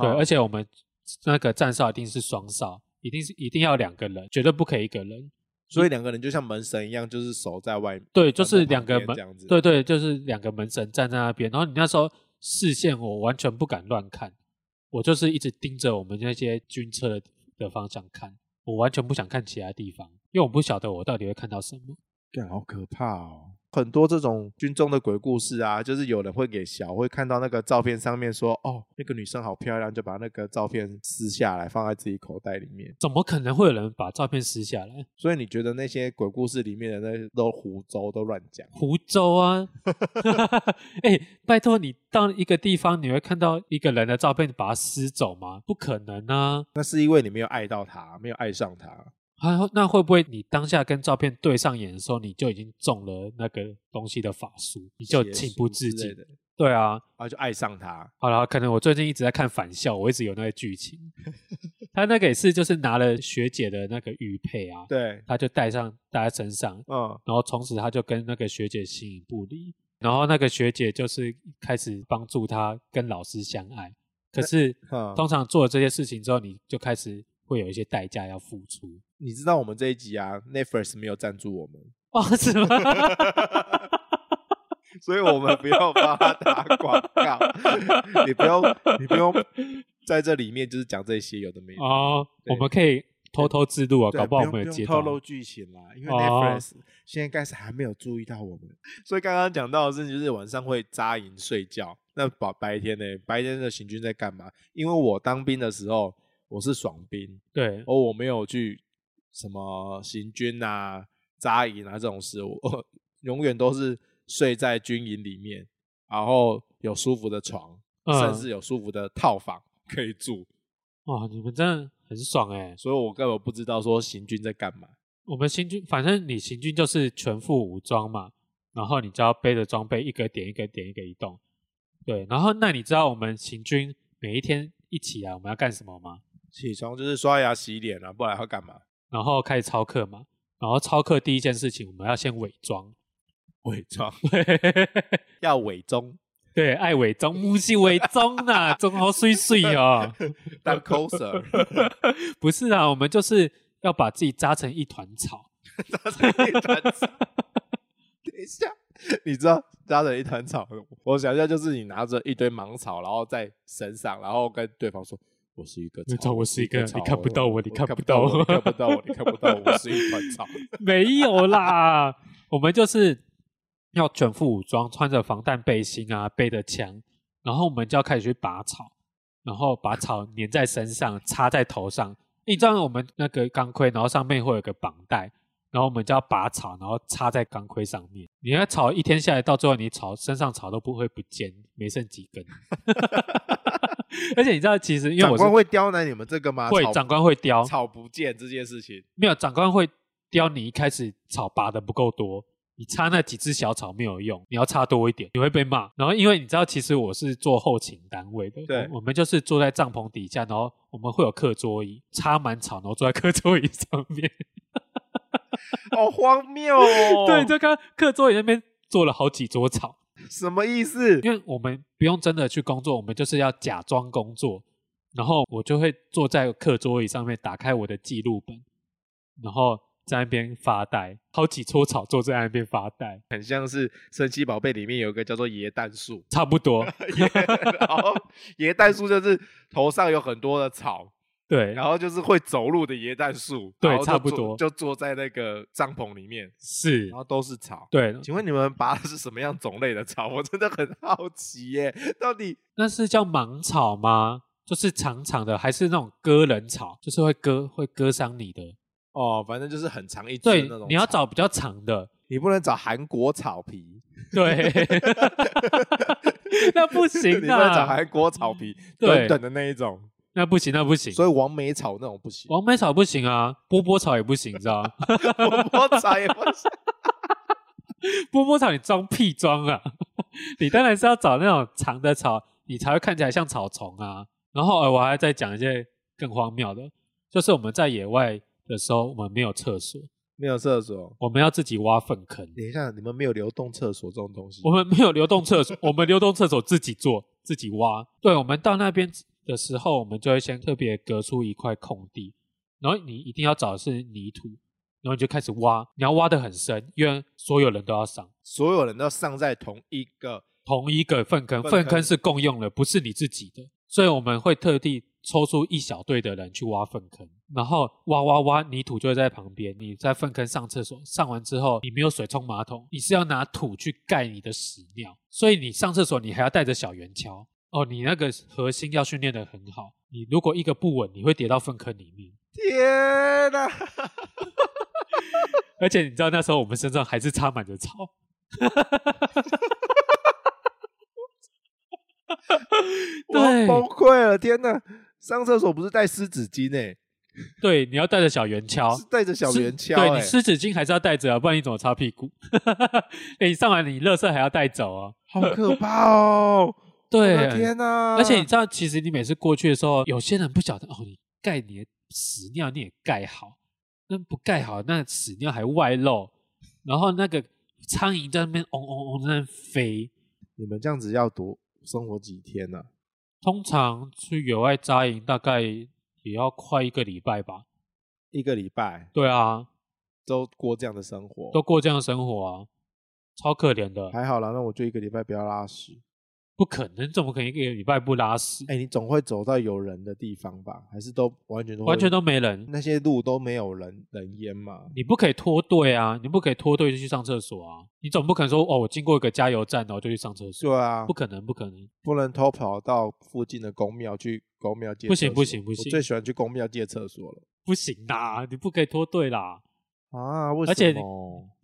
Speaker 1: 对，
Speaker 2: 哦
Speaker 1: 而且我们那个站哨一定是双哨，一定是一定要两个人，绝对不可以一个人。
Speaker 2: 所以两个人就像门神一样，就是守在外面，
Speaker 1: 嗯对，就
Speaker 2: 门
Speaker 1: 是
Speaker 2: 旁
Speaker 1: 两个
Speaker 2: 边
Speaker 1: 门
Speaker 2: 这样子，
Speaker 1: 对对，就是两个门神站在那边。然后你那时候视线，我完全不敢乱看，我就是一直盯着我们那些军车的的方向看，我完全不想看其他地方，因为我不晓得我到底会看到什么。
Speaker 2: 干，好可怕哦。很多这种军中的鬼故事啊，就是有人会给小，会看到那个照片上面说，哦，那个女生好漂亮，就把那个照片撕下来放在自己口袋里面。
Speaker 1: 怎么可能会有人把照片撕下来？
Speaker 2: 所以你觉得那些鬼故事里面的那些都胡诌都乱讲？
Speaker 1: 湖州 啊，哎、拜托你到一个地方，你会看到一个人的照片，把他撕走吗？不可能啊！
Speaker 2: 那是因为你没有爱到他，没有爱上他。
Speaker 1: 啊，那会不会你当下跟照片对上眼的时候，你就已经中了那个东西的法术，你就
Speaker 2: 邪
Speaker 1: 情
Speaker 2: 术
Speaker 1: 不自
Speaker 2: 之类
Speaker 1: 禁
Speaker 2: 的？然
Speaker 1: 对啊，
Speaker 2: 后就爱上他，
Speaker 1: 好了，可能我最近一直在看《返校》，我一直有那个剧 情。他那个也是，就是拿了学姐的那个玉佩啊，
Speaker 2: 对，
Speaker 1: 他就戴上戴在身上，
Speaker 2: 嗯，
Speaker 1: 然后从此他就跟那个学姐形影不离。然后那个学姐就是开始帮助他跟老师相爱。可是
Speaker 2: 嗯
Speaker 1: 通常做了这些事情之后，你就开始会有一些代价要付出。
Speaker 2: 你知道我们这一集啊，Netflix 没有赞助我们，
Speaker 1: 哦，是 吗？
Speaker 2: 所以我们不要帮他打广告，你不用，你不用在这里面就是讲这些有的没的。
Speaker 1: 哦，
Speaker 2: 对
Speaker 1: 我们可以偷偷自录啊，
Speaker 2: 对
Speaker 1: 搞不好
Speaker 2: 用
Speaker 1: 我们有
Speaker 2: 用
Speaker 1: 接
Speaker 2: 透
Speaker 1: 到。
Speaker 2: 露剧情啦，因为
Speaker 1: 哦
Speaker 2: Netflix 现在开始还没有注意到我们，所以刚刚讲到的事情就是晚上会扎营睡觉。那白白天呢？白天的行军在干嘛？因为我当兵的时候我是爽兵，
Speaker 1: 对，
Speaker 2: 哦，我没有去什么行军啊、扎营啊这种事，我我 永远都是睡在军营里面，然后有舒服的床，甚
Speaker 1: 嗯
Speaker 2: 至有舒服的套房可以住，
Speaker 1: 哇，你们真的很爽哎、
Speaker 2: 所以我根本不知道说行军在干嘛。
Speaker 1: 我们行军，反正你行军就是全副武装嘛，然后你就要背着装备一个点一个点一个移动。对，然后那你知道我们行军每一天一起来我们要干什么吗？
Speaker 2: 起床就是刷牙、洗脸啊，不然要干嘛？
Speaker 1: 然后开始操课嘛，然后操课第一件事情我们要先伪装，
Speaker 2: 伪装
Speaker 1: 对
Speaker 2: 要伪装，
Speaker 1: 对，爱伪装，木是伪装呐、啊，中好水水哦，
Speaker 2: 当 coser，
Speaker 1: 不是啊，我们就是要把自己扎成一团草，
Speaker 2: 扎成一团草。等一下，你知道扎成一团草，我想象就是你拿着一堆芒草，然后在身上，然后跟对方说：“我是一个
Speaker 1: 没
Speaker 2: 草，
Speaker 1: 错我是一个
Speaker 2: 草
Speaker 1: 你看不到我你
Speaker 2: 看
Speaker 1: 看不
Speaker 2: 不到
Speaker 1: 到
Speaker 2: 我，
Speaker 1: 我
Speaker 2: 你看不到我，你看不到我，我是一团草。
Speaker 1: 没有啦，我们就是要全副武装，穿着防弹背心啊，背着枪，然后我们就要开始去拔草，然后把草粘在身上，插在头上。你知道我们那个钢盔，然后上面会有个绑带，然后我们就要拔草，然后插在钢盔上面。你那草一天下来，到最后你草身上草都不会不见，没剩几根。 而且你知道，其 实”因为
Speaker 2: 长
Speaker 1: 我是
Speaker 2: 官会刁难你们这个吗？
Speaker 1: 会
Speaker 2: 草
Speaker 1: 长官会刁
Speaker 2: 草不见这件事情，
Speaker 1: 没有，长官会刁你一开始草拔的不够多，你插那几只小草没有用，你要插多一点，你会被骂。然后因为你知道，其实我是做后勤单位的，
Speaker 2: 对
Speaker 1: 我我们就是坐在帐篷底下，然后我们会有课桌椅，插满草，然后坐在课桌椅上面。
Speaker 2: 好荒谬 哦！
Speaker 1: 对，就看课桌椅那边坐了好几桌草，
Speaker 2: 什么意思？
Speaker 1: 因为我们不用真的去工作，我们就是要假装工作。然后我就会坐在课桌椅上面，打开我的记录本，然后在那边发呆，好几撮草坐在那边发呆。
Speaker 2: 很像是《神奇宝贝》里面有一个叫做椰蛋树，
Speaker 1: 差不多，
Speaker 2: 椰然后椰蛋树就是头上有很多的草，
Speaker 1: 对
Speaker 2: 然，后就是会走路的椰蛋树，
Speaker 1: 对
Speaker 2: 然后就
Speaker 1: 差不
Speaker 2: 坐
Speaker 1: 多
Speaker 2: 就坐在那个帐篷里面，
Speaker 1: 是
Speaker 2: 然，后都是草。
Speaker 1: 对，
Speaker 2: 请问你们拔的是什么样种类的草？我 真的很好奇耶，到底
Speaker 1: 那是叫芒草吗？就是长长的，还是那种割人草？就是会割会割伤你的。
Speaker 2: 哦，反正就是很长一
Speaker 1: 对
Speaker 2: 支那种，。
Speaker 1: 你要，找比较长 的，
Speaker 2: 你不能找韩国草皮，
Speaker 1: 对，那 不
Speaker 2: 你
Speaker 1: 行
Speaker 2: 不能找
Speaker 1: 啊，
Speaker 2: 韩国草皮，
Speaker 1: 对
Speaker 2: 短短的那一种，
Speaker 1: 那不行，那不行。
Speaker 2: 所以王梅草那种不行，
Speaker 1: 王梅草不行啊，波波草也不行，你知道吗？
Speaker 2: 我我草也不行。
Speaker 1: 波波草你装屁装啊！ 你当然是要找那种长的草，你才会看起来像草丛啊。然后呃，我还在讲一些更荒谬的，就是我们在野外的时候，我们没有厕所，
Speaker 2: 没有厕所，
Speaker 1: 我们要自己挖粪坑。
Speaker 2: 等一下，你们没有流动厕所这种东西
Speaker 1: 我，们没有流动厕所，我们流动厕所自己做， 自己挖。对，我们到那边的时候，我们就会先特别隔出一块空地，然后你一定要找的是泥土，然后你就开始挖，你要挖得很深，因为所有人都要上
Speaker 2: 所有人都上在同一个
Speaker 1: 同一个粪坑，
Speaker 2: 粪
Speaker 1: 粪
Speaker 2: 坑
Speaker 1: 坑是共用的，不是你自己的，所以我们会特地抽出一小队的人去挖粪坑，然后挖挖挖，泥土就会在旁边。你在粪坑上厕所，上完之后你没有水冲马桶，你是要拿土去盖你的屎尿，所以你上厕所你还要带着小圆锹。哦，你那个核心要训练的很好，你如果一个不稳，你会跌到粪坑里面。
Speaker 2: 天哪、
Speaker 1: 而且你知道那时候我们身上还是插满着草，
Speaker 2: 我要
Speaker 1: 对
Speaker 2: 崩溃了！天哪，上厕所不是带湿纸巾诶、
Speaker 1: 对，你要带着小圆锹
Speaker 2: 是，带着小
Speaker 1: 是
Speaker 2: 圆锹、
Speaker 1: 对
Speaker 2: 欸，
Speaker 1: 你湿纸巾还是要带着啊，不然你怎么擦屁股？ 哎你上来你垃圾还要带走啊？
Speaker 2: 好可 怕哦！我
Speaker 1: 对
Speaker 2: 的，哦天哪、
Speaker 1: 而且你知道，其实你每次过去的时候，有些人不晓得哦，你盖你的屎尿你也盖好，那不盖好，那屎尿还外露，然后那个苍蝇在那边嗡嗡嗡在那边飞。
Speaker 2: 你们这样子要多生活几天呢、
Speaker 1: 通常去野外扎营大概也要快一个礼拜吧。
Speaker 2: 一个礼拜
Speaker 1: 对啊，
Speaker 2: 都过这样的生活，
Speaker 1: 都过这样的生活啊，超可怜的，
Speaker 2: 还好啦。那我就一个礼拜不要拉屎。
Speaker 1: 不可能，怎么可能一个礼拜不拉屎？
Speaker 2: 哎、你总会走到有人的地方吧？还是都完全都会
Speaker 1: 完全都没人，
Speaker 2: 那些路都没有人人烟嘛？
Speaker 1: 你不可以脱队啊，你不可以脱队就去上厕所啊，你总不可能说哦，我经过一个加油站，然后就去上厕所，
Speaker 2: 对啊，
Speaker 1: 不
Speaker 2: 不
Speaker 1: 可能，不可能。
Speaker 2: 能偷跑到附近的公庙去公庙借
Speaker 1: 不
Speaker 2: 厕所。
Speaker 1: 行不行不行
Speaker 2: 我最喜欢去公庙借厕所了
Speaker 1: 不行啦，你不可以脱队啦，
Speaker 2: 啊！为什么？
Speaker 1: 而且你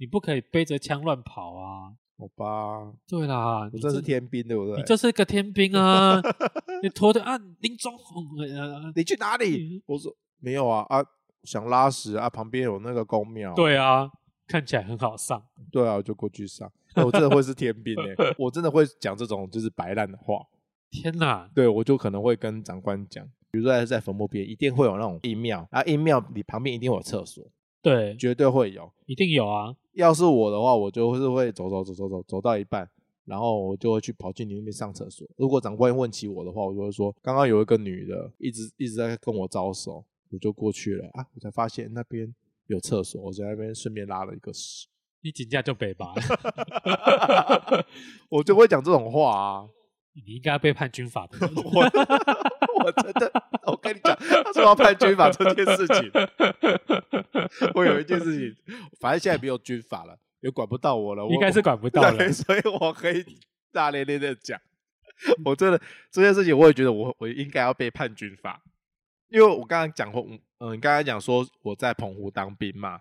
Speaker 1: 你不可以背着枪乱跑啊。
Speaker 2: 好吧，
Speaker 1: 对啦，
Speaker 2: 我
Speaker 1: 你
Speaker 2: 这是天兵欸对不对？
Speaker 1: 你这是个天兵 啊，你脱队啊，林中红，呃
Speaker 2: 你去哪里
Speaker 1: 嗯？
Speaker 2: 我说没有啊啊，想拉屎啊，旁边有那个公庙。
Speaker 1: 对啊，看起来很好上，
Speaker 2: 对啊，我就过去上。哎我真的会是天兵 哎、我真的会讲这种就是白烂的话。
Speaker 1: 天哪，
Speaker 2: 对，我就可能会跟长官讲，比如说在在坟墓边一定会有那种阴庙，啊，阴庙你旁边一定会有厕所，
Speaker 1: 对，
Speaker 2: 绝对会有。
Speaker 1: 一定有啊，
Speaker 2: 要是我的话，我就是会走走走走走走到一半，然后我就会去跑去你那边上厕所。如果长官问起我的话，我就会说刚刚有一个女的一直一直在跟我招手，我就过去了啊，我才发现那边有厕所，我在那边顺便拉了一个屎，
Speaker 1: 你请假就北吧，
Speaker 2: 我就会讲这种话啊。
Speaker 1: 你应该被判军法的。
Speaker 2: 我我真的，我跟你讲，他说要判军法这件 事情，我有一件事情，反正现在没有军法了，也管不到我了，我
Speaker 1: 应该是管不到了
Speaker 2: 对，。所以我可以大咧咧的讲，
Speaker 1: 嗯
Speaker 2: 我真的这件事情，我也觉得我我应该要被判军法，因为我刚刚讲过，嗯，你刚才讲说我在澎湖当兵嘛，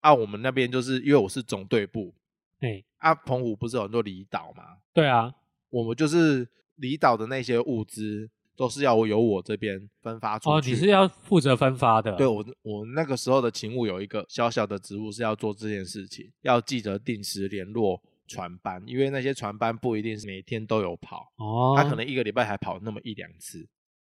Speaker 2: 啊，我们那边就是因为我是总队部，
Speaker 1: 哎，
Speaker 2: 啊，澎湖不是有很多离岛嘛，
Speaker 1: 对啊，
Speaker 2: 我们就是离岛的那些物资都是要由我这边分发 出
Speaker 1: 哦，
Speaker 2: 去。
Speaker 1: 你是要负责分发的。
Speaker 2: 对我我那个时候的勤务有一个小小的职务是要做这件事情，要记得定时联络船班，因为那些船班不一定是每天都有跑，
Speaker 1: 哦，
Speaker 2: 他可能一个礼拜还跑那么一两次。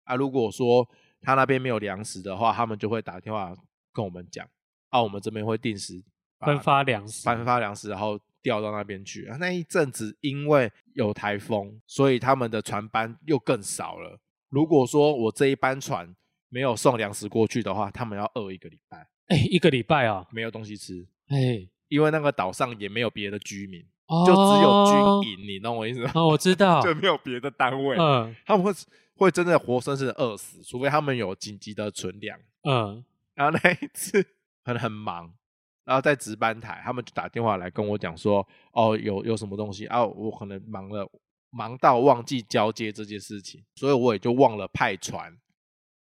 Speaker 2: 啊，如果说他那边没有粮食的话，他们就会打电话跟我们讲，啊，我们这边会定时把
Speaker 1: 分发粮食。
Speaker 2: 颁发粮食，然后调到那边去。啊，那一阵子因为有台风，所以他们的船班又更少了。如果说我这一班船没有送粮食过去的话，他们要饿一个礼拜，
Speaker 1: 哎，一个礼拜啊，
Speaker 2: 没有东西吃，
Speaker 1: 哎，
Speaker 2: 因为那个岛上也没有别的居民，
Speaker 1: 哦
Speaker 2: 就只有军。营，你懂我意思吗？。
Speaker 1: 哦，我知道
Speaker 2: 就没有别的单位，
Speaker 1: 嗯
Speaker 2: 他们会会真的活生生的饿死，除非他们有紧急的存粮。
Speaker 1: 嗯，
Speaker 2: 然后那一次很很忙，然后在值班台，他们就打电话来跟我讲说，哦，有有什么东西啊，我可能忙了，忙到忘记交接这件事情，所以我也就忘了派船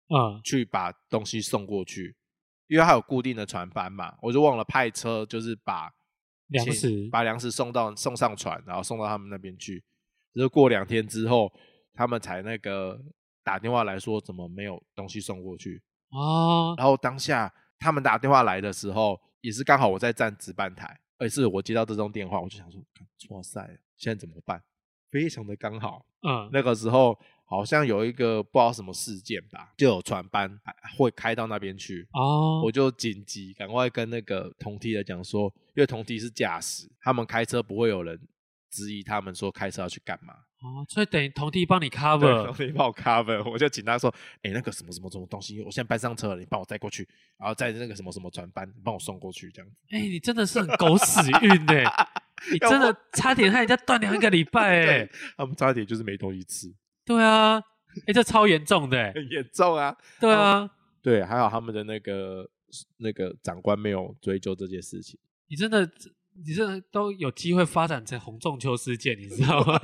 Speaker 1: 嗯，
Speaker 2: 去把东西送过去，因为它有固定的船班嘛，我就忘了派车，就是把
Speaker 1: 粮
Speaker 2: 请
Speaker 1: 食
Speaker 2: 把粮食送到送上船，然后送到他们那边去。就是过两天之后，他们才那个打电话来说怎么没有东西送过去，
Speaker 1: 哦，
Speaker 2: 然后当下他们打电话来的时候，也是刚好我在站值班台，而是我接到这通电话，我就想说，干哇塞，现在怎么办？非常的刚好，
Speaker 1: 嗯，
Speaker 2: 那个时候好像有一个不知道什么事件吧，就有船班还会开到那边去。
Speaker 1: 哦，
Speaker 2: 我就紧急赶快跟那个同梯的讲说，因为同梯是驾驶，他们开车不会有人质疑他们说开车要去干嘛。
Speaker 1: 哦，所以等于同弟帮你
Speaker 2: 对，
Speaker 1: cover，
Speaker 2: 你帮我 cover，我就请他说，哎、那个什么什么什么东西，我现在搬上车了，你帮我载过去，然后在那个什么什么船班，你帮我送过去，这样子。
Speaker 1: 哎、你真的是很狗屎运 呢、你真的差点害人家断粮一个礼拜哎、
Speaker 2: 对，他们差点就是没东西吃，
Speaker 1: 对啊，哎、这超严重的、欸，
Speaker 2: 很严重啊。
Speaker 1: 对啊，
Speaker 2: 对，还好他们的那个那个长官没有追究这件事情。
Speaker 1: 你真的，你真的都有机会发展成红中秋事件，你知道 吗？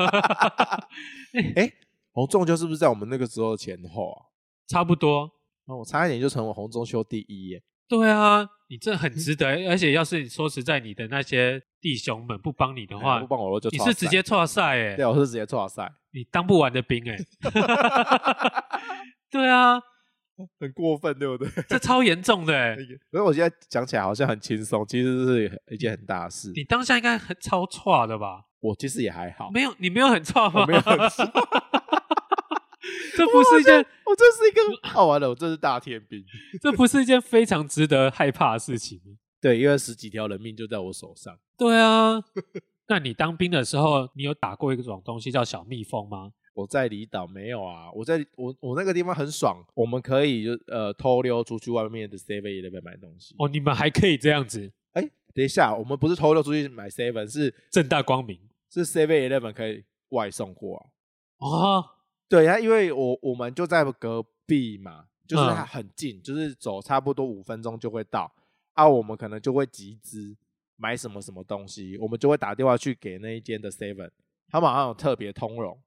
Speaker 2: 红中秋是不是在我们那个时候前后啊？
Speaker 1: 差不多，
Speaker 2: 哦，我差一点就成为红中秋第一耶。
Speaker 1: 对啊，你这很值得。
Speaker 2: 嗯
Speaker 1: 而且要是你说实在，你的那些弟兄们不帮你的话
Speaker 2: 不，帮哎我我就
Speaker 1: 你
Speaker 2: 挫
Speaker 1: 是
Speaker 2: 赛
Speaker 1: 直接错赛哎
Speaker 2: 对，，我啊是直接错赛，
Speaker 1: 你当不完的兵 哎、对啊，
Speaker 2: 很过分，对不对？
Speaker 1: 这超严重的哎、
Speaker 2: 所以我现在讲起来好像很轻松，其实是一件很大的事。
Speaker 1: 你当下应该很超错的吧？
Speaker 2: 我其实也还好，
Speaker 1: 没有，你没有啊很错吗？
Speaker 2: 我没有很
Speaker 1: 这不是一件，
Speaker 2: 我这是一个哦，完了，我这是大天兵。
Speaker 1: 这不是一件非常值得害怕的事情吗？
Speaker 2: 对，因为十几条人命就在我手上。
Speaker 1: 对啊，那你当兵的时候，你有打过一种东西叫小蜜蜂吗？
Speaker 2: 我在离岛没有啊，我在我我那个地方很爽，我们可以就呃偷溜出去外面的 Seven Eleven 买东西。
Speaker 1: 哦，你们还可以这样子，
Speaker 2: 哎、等一下，我们不是偷溜出去买 Seven，是
Speaker 1: 正大光明
Speaker 2: 是 Seven Eleven 可以外送过啊。
Speaker 1: 哦，
Speaker 2: 对啊，因为我我们就在隔壁嘛，就是
Speaker 1: 嗯
Speaker 2: 它很近，就是走差不多五分钟就会到。啊，我们可能就会集资买什么什么东西，我们就会打电话去给那一间的 Seven，他们好像有特别通融，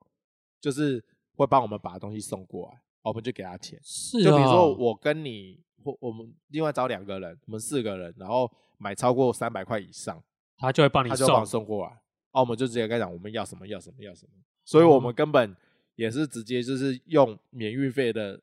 Speaker 2: 就是会帮我们把东西送过来，我们就给他钱。
Speaker 1: 是
Speaker 2: 就比如说
Speaker 1: 哦
Speaker 2: 我跟你或我们另外找两个人，我们四个人，然后买超过三百块以上，
Speaker 1: 他就会帮你
Speaker 2: 他就帮我
Speaker 1: 送，
Speaker 2: 送过来，啊，我们就直接跟他讲我们要什么要什么要什么，所
Speaker 1: 哦
Speaker 2: 以我们根本也是直接就是用免运费的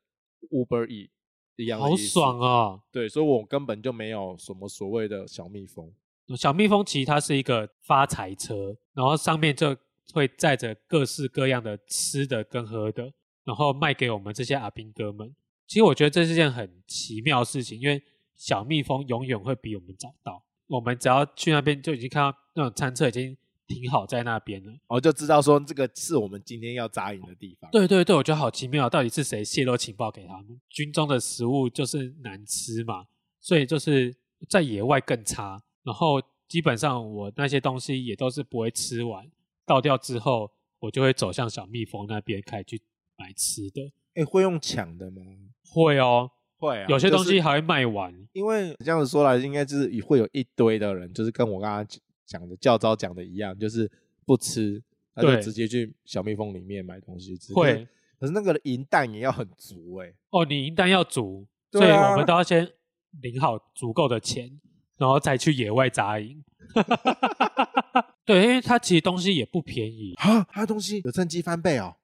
Speaker 2: Uber E 一样的
Speaker 1: 好
Speaker 2: 意思
Speaker 1: 爽！哦。
Speaker 2: 对，所以我根本就没有什么所谓的小蜜蜂，
Speaker 1: 小蜜蜂其实它是一个发财车，然后上面就会载着各式各样的吃的跟喝的，然后卖给我们这些阿兵哥们。其实我觉得这是件很奇妙的事情，因为小蜜蜂永远会比我们早到。我们只要去那边，就已经看到那种餐车已经停好在那边了。
Speaker 2: 然哦后就知道说这个是我们今天要扎营的地方。
Speaker 1: 对对对，我觉得好奇妙，到底是谁泄露情报给他们？军中的食物就是难吃嘛，所以就是在野外更差。然后基本上我那些东西也都是不会吃完，倒掉之后，我就会走向小蜜蜂那边开始去买吃的。
Speaker 2: 哎，会用抢的吗？
Speaker 1: 会哦，
Speaker 2: 会啊，
Speaker 1: 有些
Speaker 2: 就
Speaker 1: 东
Speaker 2: 是
Speaker 1: 西还会卖完。
Speaker 2: 因为这样子说来，应该就是会有一堆的人，就是跟我刚刚讲的教招讲的一样，就是不吃，他就
Speaker 1: 对
Speaker 2: 直接去小蜜蜂里面买东西吃。
Speaker 1: 会
Speaker 2: 可是那个银弹也要很足哎、
Speaker 1: 哦，你银弹要足，
Speaker 2: 对
Speaker 1: 所以我
Speaker 2: 啊
Speaker 1: 们都要先领好足够的钱，然后再去野外扎营。 对，因为它其实东西也不便宜，
Speaker 2: 哈，啊他的东西有趁机翻倍哦。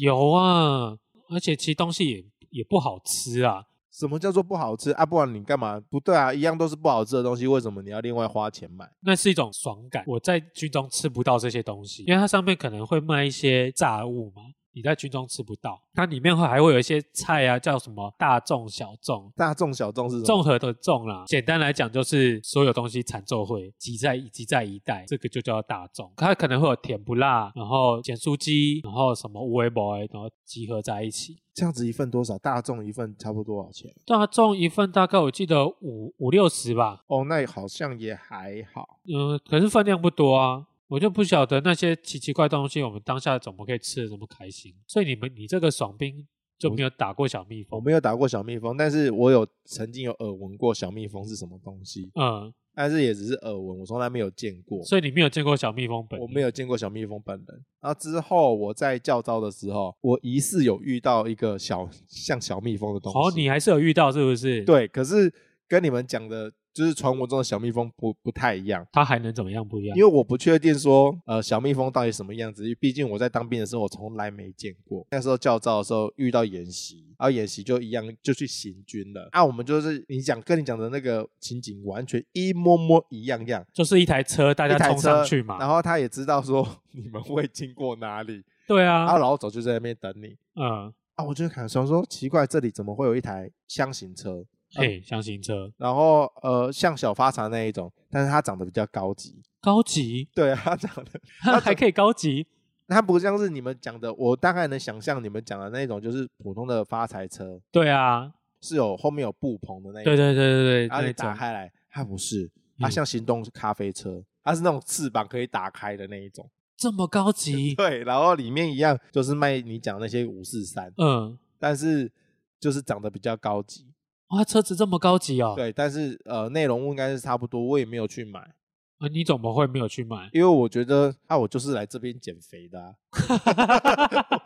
Speaker 1: 有啊，而且其实东西也也不好吃啊。
Speaker 2: 什么叫做不好吃啊？不然你干嘛？不对啊，一样都是不好吃的东西，为什么你要另外花钱买？
Speaker 1: 那是一种爽感，我在军中吃不到这些东西，因为它上面可能会卖一些炸物嘛，你在军中吃不到。它里面会还会有一些菜啊，叫什么大众小众，
Speaker 2: 大众小众是什
Speaker 1: 综
Speaker 2: 么？
Speaker 1: 合的众啦。简单来讲，就是所有东西产奏会集在集在一带，这个就叫大众。它可能会有甜不辣，然后咸酥鸡，然后什么无为 boy，然后集合在一起。
Speaker 2: 这样子一份多少？大众一份差不多多少钱？
Speaker 1: 大众一份大概我记得五五六十吧，
Speaker 2: 哦，那好像也还好。
Speaker 1: 嗯，可是分量不多啊，我就不晓得那些奇奇怪东西，我们当下怎么可以吃的这么开心？所以你们你这个爽兵就没有打过小蜜
Speaker 2: 我
Speaker 1: 蜂？
Speaker 2: 没有打过小蜜蜂，但是我有曾经有耳闻过小蜜蜂是什么东西。
Speaker 1: 嗯，
Speaker 2: 但是也只是耳闻，我从来没有见过，
Speaker 1: 所以你没有见过小蜜蜂本人？
Speaker 2: 我没有见过小蜜蜂本人。然后之后我在教招的时候，我疑似有遇到一个小像小蜜蜂的东西。
Speaker 1: 哦，你还是有遇到是不是？，
Speaker 2: 对，可是跟你们讲的，就是传闻中的小蜜蜂不不太一样，
Speaker 1: 它还能怎么样不一样？
Speaker 2: 因为我不确定说呃小蜜蜂到底什么样子，因为毕竟我在当兵的时候我从来没见过。那时候教招的时候遇到演习，然后演习就一样就去行军了。啊，我们就是你讲跟你讲的那个情景完全一模模一样样。
Speaker 1: 就是一台车，大
Speaker 2: 一
Speaker 1: 家
Speaker 2: 台
Speaker 1: 冲上
Speaker 2: 车
Speaker 1: 去嘛。
Speaker 2: 然后他也知道说 你们会经过哪里，
Speaker 1: 对
Speaker 2: 然后
Speaker 1: 啊，
Speaker 2: 然后走就在那边等你
Speaker 1: 嗯，
Speaker 2: 啊。我就想想说，奇怪，这里怎么会有一台箱型车？
Speaker 1: 嘿，哎箱型车，
Speaker 2: 然后呃，像小发财那一种，但是它长得比较高级。
Speaker 1: 高级，
Speaker 2: 对，啊它长得
Speaker 1: 它还可以高级，
Speaker 2: 它不像是你们讲的，我大概能想象你们讲的那种，就是普通的发财车，
Speaker 1: 对啊，
Speaker 2: 是有后面有布棚的那一
Speaker 1: 对
Speaker 2: 种，
Speaker 1: 对对对对，
Speaker 2: 然后
Speaker 1: 那
Speaker 2: 你
Speaker 1: 一
Speaker 2: 打
Speaker 1: 种，
Speaker 2: 开来，它不是，它
Speaker 1: 嗯
Speaker 2: 像行动咖啡车，它是那种翅膀可以打开的那一种。
Speaker 1: 这么高级，
Speaker 2: 对，然后里面一样就是卖你讲那些五四三，
Speaker 1: 嗯，
Speaker 2: 但是就是长得比较高级，
Speaker 1: 哇，车子这么高级哦，
Speaker 2: 对，但是呃内容物应该是差不多，我也没有去买，
Speaker 1: 啊，你怎么会没有去买？
Speaker 2: 因为我觉得啊我就是来这边减肥的、啊，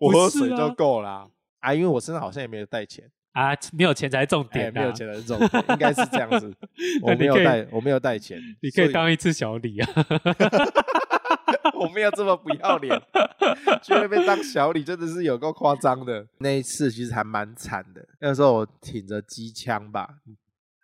Speaker 2: 我
Speaker 1: 不
Speaker 2: 喝
Speaker 1: 是
Speaker 2: 水就
Speaker 1: 啊
Speaker 2: 够啦。啊，因为我身上好像也没有带钱，
Speaker 1: 啊，没有钱才是重
Speaker 2: 哎、
Speaker 1: 点、啊。
Speaker 2: 没有钱，的这种，应该是这样子 我
Speaker 1: 那你
Speaker 2: 没有
Speaker 1: 可以
Speaker 2: 带，我没有带钱，
Speaker 1: 你可
Speaker 2: 所
Speaker 1: 以当一次小李啊，
Speaker 2: 我没有这么不要脸，去那边当小李真的是有够夸张的。那一次其实还蛮惨的，那时候我挺着机枪吧，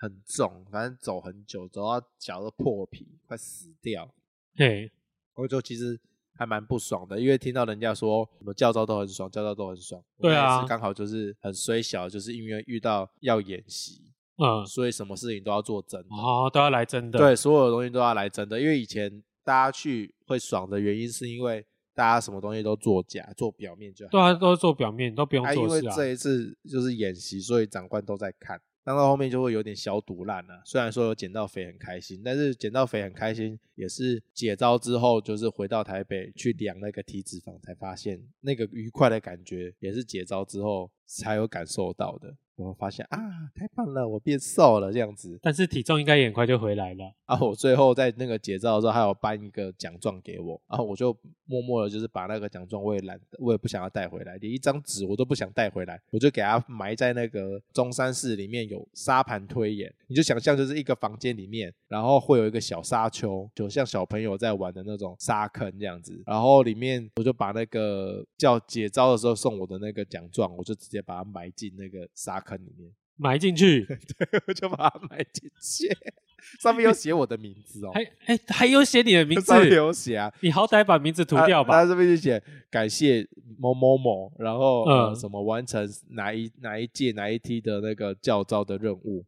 Speaker 2: 很重，反正走很久，走到脚都破皮，快死掉。
Speaker 1: 嘿，
Speaker 2: 我就其实还蛮不爽的，因为听到人家说什么教招都很爽，教招都很爽。我
Speaker 1: 对
Speaker 2: 那一
Speaker 1: 啊
Speaker 2: 次刚好就是很衰小，就是因为遇到要演习，
Speaker 1: 嗯，
Speaker 2: 所以什么事情都要做真的。
Speaker 1: 哦，都要来真的，
Speaker 2: 对，所有东西都要来真的，因为以前大家去会爽的原因，是因为大家什么东西都做假，做表面就好。
Speaker 1: 对啊，都是做表面，都不用
Speaker 2: 啊，因
Speaker 1: 做
Speaker 2: 为
Speaker 1: 事啊，
Speaker 2: 这一次就是演习，所以长官都在看。当到后面就会有点小赌烂了、虽然说有捡到肥很开心，但是捡到肥很开心也是解招之后，就是回到台北去量那个体脂肪，才发现那个愉快的感觉也是解招之后才有感受到的。我发现啊，太棒了，我变瘦了这样子。
Speaker 1: 但是体重应该也很快就回来了，
Speaker 2: 啊，我最后在那个结账的时候，还有颁一个奖状给我，然后我就默默的，就是把那个奖状我也懒得，我也不想要带回来，连一张纸我都不想带回来，我就给它埋在那个中山市里面有沙盘推演，你就想象就是一个房间里面，然后会有一个小沙丘，就像小朋友在玩的那种沙坑这样子，然后里面我就把那个叫解招的时候送我的那个奖状，我就直接把它埋进那个沙坑里面，
Speaker 1: 埋进去，
Speaker 2: 对，我就把它埋进去。 上面有写我的名字哦，
Speaker 1: 还哎、还有写你的名字
Speaker 2: 上，面有写啊，
Speaker 1: 你好歹把名 字涂掉吧，
Speaker 2: 他这边就写感谢某某某，然后、
Speaker 1: 嗯
Speaker 2: 呃、什么完成哪一哪一届哪一梯的那个教招的任务，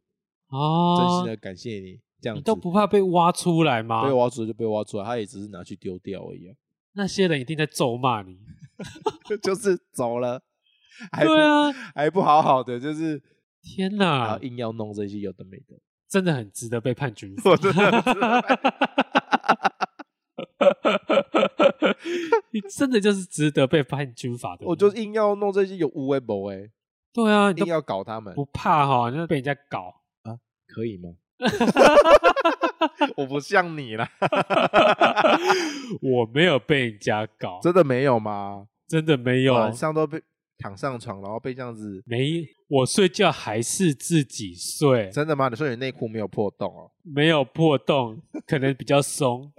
Speaker 2: 啊真
Speaker 1: 哦
Speaker 2: 心，的感谢你这样
Speaker 1: 你
Speaker 2: 子。
Speaker 1: 都不怕被挖出来吗
Speaker 2: 被？挖出来就被挖出来，他也只是拿去丢掉 而已、啊，
Speaker 1: 那些人一定在咒骂你，
Speaker 2: 就是走了，还不啊
Speaker 1: 对啊，
Speaker 2: 还不好好的，就是
Speaker 1: 天
Speaker 2: 然
Speaker 1: 哪
Speaker 2: 后，硬要弄这些有的没 的，
Speaker 1: 真的很值得被判 军服
Speaker 2: 我。真的很
Speaker 1: 你真的就是值得被判军法的人。
Speaker 2: 我就硬要弄这些有无为博哎，
Speaker 1: 对啊，你
Speaker 2: 硬
Speaker 1: 都
Speaker 2: 要搞他们，
Speaker 1: 不怕哈，那被人家 搞。
Speaker 2: 可 以吗？我不像你啦，
Speaker 1: 我没有被人家搞，真
Speaker 2: 真的没有吗？
Speaker 1: 的没有啊
Speaker 2: 晚，上都被躺上床，然后被这样子，
Speaker 1: 没我睡觉还是自己睡，
Speaker 2: 真的吗？你说你内裤没有破洞哦？
Speaker 1: 没有破洞，可能比较 松，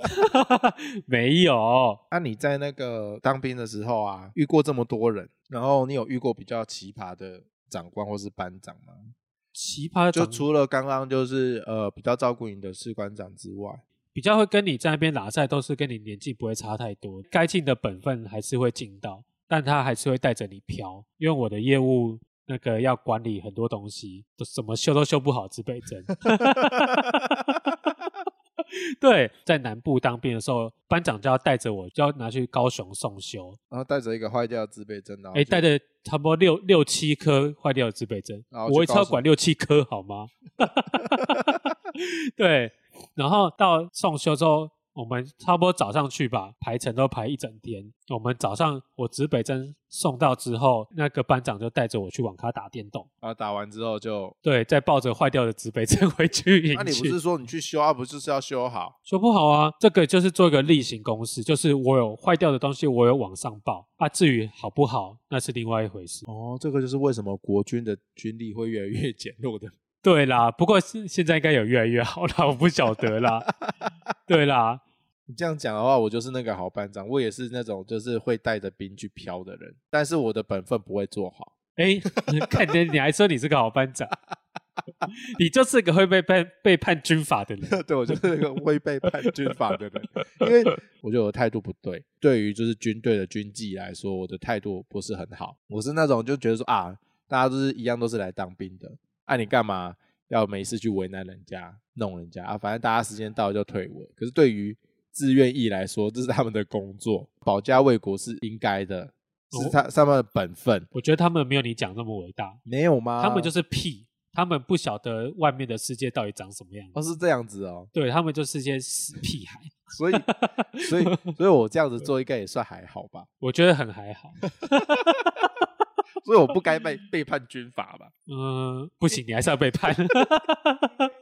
Speaker 1: 没有。
Speaker 2: 那、啊你在那个当兵的时候啊，遇过这么多人，然后你有遇过比较奇葩的长官或是班长吗？
Speaker 1: 奇葩
Speaker 2: 就
Speaker 1: 长
Speaker 2: 除了刚刚就是呃比较照顾你的士官长之外，
Speaker 1: 比较会跟你在那边拉赛，都是跟你年纪不会差太多，该尽的本分还是会尽到，但他还是会带着你飘，因为我的业务那个要管理很多东西，都怎么修都修不好自备针。 对，在南部当兵的时候，班长就要带着我，就要拿去高雄送修，
Speaker 2: 然后带着一个坏掉的自备针，然后
Speaker 1: 哎，
Speaker 2: 就
Speaker 1: 带着差不多六六七颗坏掉的自备针，
Speaker 2: 然后
Speaker 1: 我
Speaker 2: 去
Speaker 1: 一次要
Speaker 2: 高雄
Speaker 1: 管六七颗好吗？ 对，然后到送修之后，我们差不多早上去吧，排程都排一整天。我们早上我指北针送到之后，那个班长就带着我去网咖打电动，
Speaker 2: 然后打完之后就，
Speaker 1: 对，再抱着坏掉的指北针 回去营区。
Speaker 2: 那、你不是说你去修啊，不是就是要修好？
Speaker 1: 修不好啊，这个就是做一个例行公事，就是我有坏掉的东西，我有往上报啊。至于好不好，那是另外一回事。
Speaker 2: 哦，这个就是为什么国军的军力会越来越减弱的
Speaker 1: 对啦，不过是现在应该有越来越好啦，我 不晓得 啦。对啦，
Speaker 2: 你这样讲的话，我就是那个好班长，我也是那种就是会带着兵去飘的人，但是我的本分不会做好。
Speaker 1: 哎， 看着你还说你是个好班长， 你就是个会被判被判军法的人。
Speaker 2: 对，我就是那个会被判军法的人，因为我觉得我态度不对。对于就是军队的军纪来说，我的态度不是很好。我是那种就觉得说啊，大家都是一样，都是来当兵的，啊，你干嘛要没事去为难人家、弄人家啊？反正大家时间到了就退伍了。可是对于志愿役来说，这是他们的工作，保家卫国是应该的，是他他们的本分。
Speaker 1: 我觉得他们没有你讲那么伟大，
Speaker 2: 没有吗？
Speaker 1: 他们就是屁，他们不晓得外面的世界到底长什么样。
Speaker 2: 哦，是这样子哦。
Speaker 1: 对他们就是些死屁孩，
Speaker 2: 所以所以所以我这样子做应该也算还好吧，
Speaker 1: 我觉得很还好。
Speaker 2: 所以我不该被背叛军阀吧，
Speaker 1: 嗯，不行，你还是要背 叛。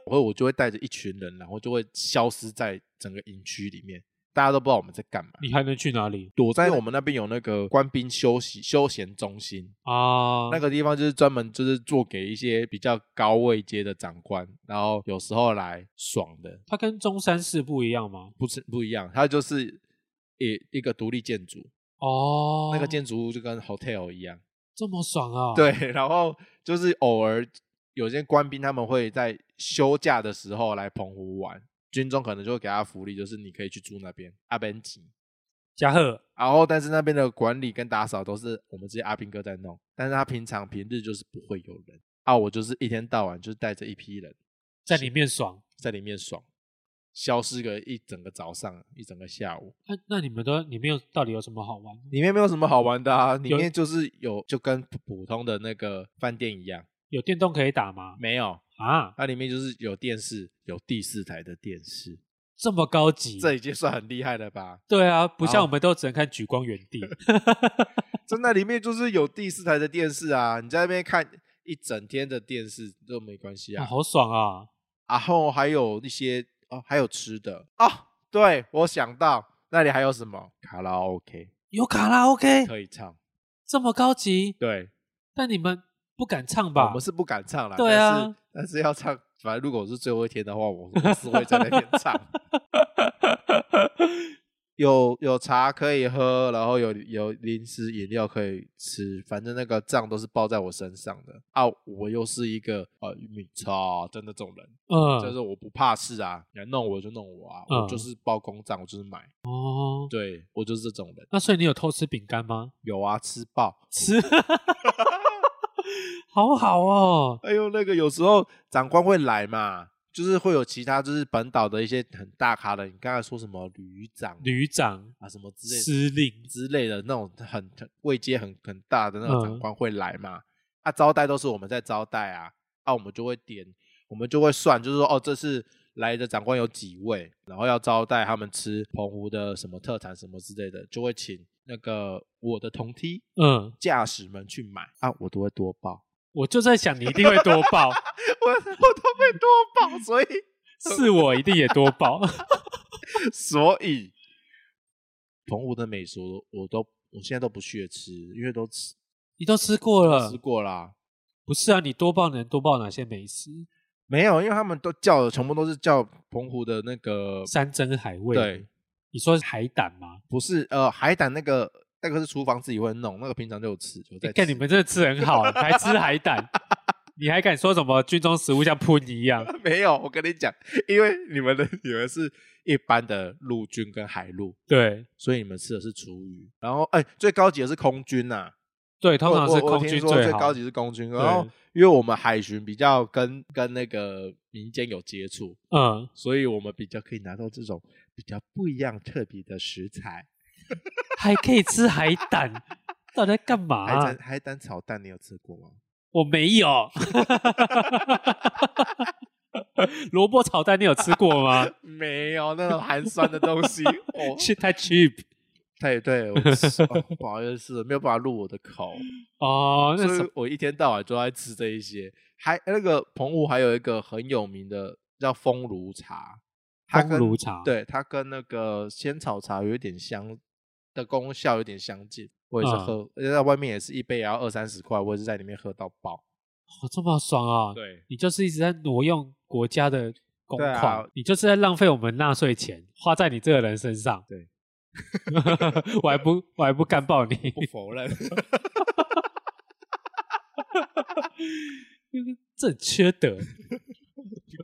Speaker 2: 我会我就会带着一群人，然后就会消失在整个营区里面，大家都不知道我们在干嘛。
Speaker 1: 你还能去哪里
Speaker 2: 躲在我们那边有那个官兵休息休闲中心，
Speaker 1: 啊？
Speaker 2: 那个地方就是专门就是做给一些比较高位阶的长官，然后有时候来爽的，
Speaker 1: 它跟中山市不一样吗？
Speaker 2: 不是不一样，它就是一一个独立建筑，
Speaker 1: 哦，
Speaker 2: 那个建筑物就跟 hotel 一样，
Speaker 1: 这么爽啊！，
Speaker 2: 对，然后就是偶尔有些官兵他们会在休假的时候来澎湖玩，军中可能就会给他福利，就是你可以去住那边阿本吉，
Speaker 1: 加贺
Speaker 2: 然后但是那边的管理跟打扫都是我们这些阿兵哥在弄，但是他平常平日就是不会有人啊，我就是一天到晚就是带着一批人
Speaker 1: 在里面爽。
Speaker 2: 在里面爽，消失个一整个早上，一整个下午，
Speaker 1: 那哎那你们都里面有到底有什么好玩？
Speaker 2: 里面没有什么好玩的啊，里
Speaker 1: 有
Speaker 2: 面就是有就跟普通的那个饭店一样，
Speaker 1: 有电动可以打吗？
Speaker 2: 没有，
Speaker 1: 啊，
Speaker 2: 它里面就是有电视，有第四台的电视，
Speaker 1: 这么高级？
Speaker 2: 这已经算很厉害了吧？
Speaker 1: 对啊，不
Speaker 2: 好
Speaker 1: 像我们都只能看《举光原 地》
Speaker 2: 在那里面就是有第四台的电视啊，你在那边看一整天的电视都没关系啊。
Speaker 1: 啊好爽啊！
Speaker 2: 然后还有一些哦，还有吃的哦。对，我想到那里还有什么卡拉 OK
Speaker 1: 有卡拉 OK，
Speaker 2: 可以唱。
Speaker 1: 这么高级，
Speaker 2: 对，
Speaker 1: 但你们不敢唱
Speaker 2: 哦我
Speaker 1: 吧
Speaker 2: 们？是不敢唱啦，
Speaker 1: 对啊
Speaker 2: 但是但是要唱，反正如果我是最后一天的话，我我是会在那 边唱。有有茶可以喝，然后有有零食饮料可以吃，反正那个账都是报在我身上的啊！我又是一个呃米超的那种人，就
Speaker 1: 嗯，
Speaker 2: 是我不怕事啊，你要弄我就弄我啊，
Speaker 1: 嗯
Speaker 2: 我就是报公账，我就是买。
Speaker 1: 哦，
Speaker 2: 对我就是这种人，
Speaker 1: 那所以你有偷吃饼干吗？
Speaker 2: 有啊，吃爆。
Speaker 1: 吃，好好哦，
Speaker 2: 哎呦，那个有时候长官会来嘛，就是会有其他就是本岛的一些很大咖的，你刚才说什么旅长、
Speaker 1: 旅长、
Speaker 2: 啊什么之类
Speaker 1: 司令，
Speaker 2: 之类的那种很很位阶很很大的那种长
Speaker 1: 嗯
Speaker 2: 官会来嘛，啊招待都是我们在招待啊，啊我们就会点，我们就会算，就是说哦这次来的长官有几位，然后要招待他们吃澎湖的什么特产什么之类的，就会请那个我的同梯
Speaker 1: 嗯，
Speaker 2: 驾驶们去买啊，我都会多报。
Speaker 1: 我就在想你一定会多报，
Speaker 2: 我我都被多报，所以
Speaker 1: 是我一定也多报。
Speaker 2: 所以澎湖的美食我都我都我现在都不屑吃，因为都吃
Speaker 1: 你都吃过了
Speaker 2: 吃，过啦。
Speaker 1: 不是啊？你多报能多报哪些美食？
Speaker 2: 没有，因为他们都叫的全部都是叫澎湖的那个
Speaker 1: 山珍海味。
Speaker 2: 对，，
Speaker 1: 你说海胆吗？
Speaker 2: 不是呃海胆那个那个是厨房自己会弄，那个平常就有吃，就在
Speaker 1: 欸看
Speaker 2: 吃
Speaker 1: 你们真的吃很好，还吃海胆，你还敢说什么军中食物像喷一 样？
Speaker 2: 没有，我跟你讲，因为你们的你们是一般的陆军跟海陆，
Speaker 1: 对
Speaker 2: 所以你们吃的是厨余，然后哎、最高级的是空军呐、
Speaker 1: 对，通常
Speaker 2: 我
Speaker 1: 是
Speaker 2: 我我
Speaker 1: 空
Speaker 2: 听
Speaker 1: 军
Speaker 2: 说最
Speaker 1: 好。
Speaker 2: 高级是空军，然后
Speaker 1: 对
Speaker 2: 因为我们海巡比较跟跟那个民间有接触，
Speaker 1: 嗯，
Speaker 2: 所以我们比较可以拿到这种比较不一样特别的食材。
Speaker 1: 还可以吃海胆， 到底在干嘛、
Speaker 2: 海胆海胆炒蛋，你有吃过吗？
Speaker 1: 我没有。 萝卜炒蛋，你有吃过 吗？
Speaker 2: 没有那种寒酸的东 西。哦，
Speaker 1: 是太 cheap
Speaker 2: 对对，我吃、哦、不好意思，没有办法入我的口，
Speaker 1: 哦， 那
Speaker 2: 所
Speaker 1: 什么
Speaker 2: 以我一天到晚都在吃这一些。还那个澎湖还有一个很有名的叫风炉茶，它
Speaker 1: 烘
Speaker 2: 跟
Speaker 1: 炉茶，，
Speaker 2: 对，它跟那个仙草茶有一点相的功效有点相近。我也是
Speaker 1: 嗯
Speaker 2: 喝，而且在外面也是一杯也要二三十块，我也是在里面喝到爆。
Speaker 1: 哦，这么爽啊！
Speaker 2: 对，
Speaker 1: 你就是一直在挪用国家的公
Speaker 2: 对啊
Speaker 1: 款，你就是在浪费我们纳税钱，花在你这个人身上。
Speaker 2: 对，
Speaker 1: 我还不我还不干爆你，
Speaker 2: 不否 认，
Speaker 1: 这很缺德。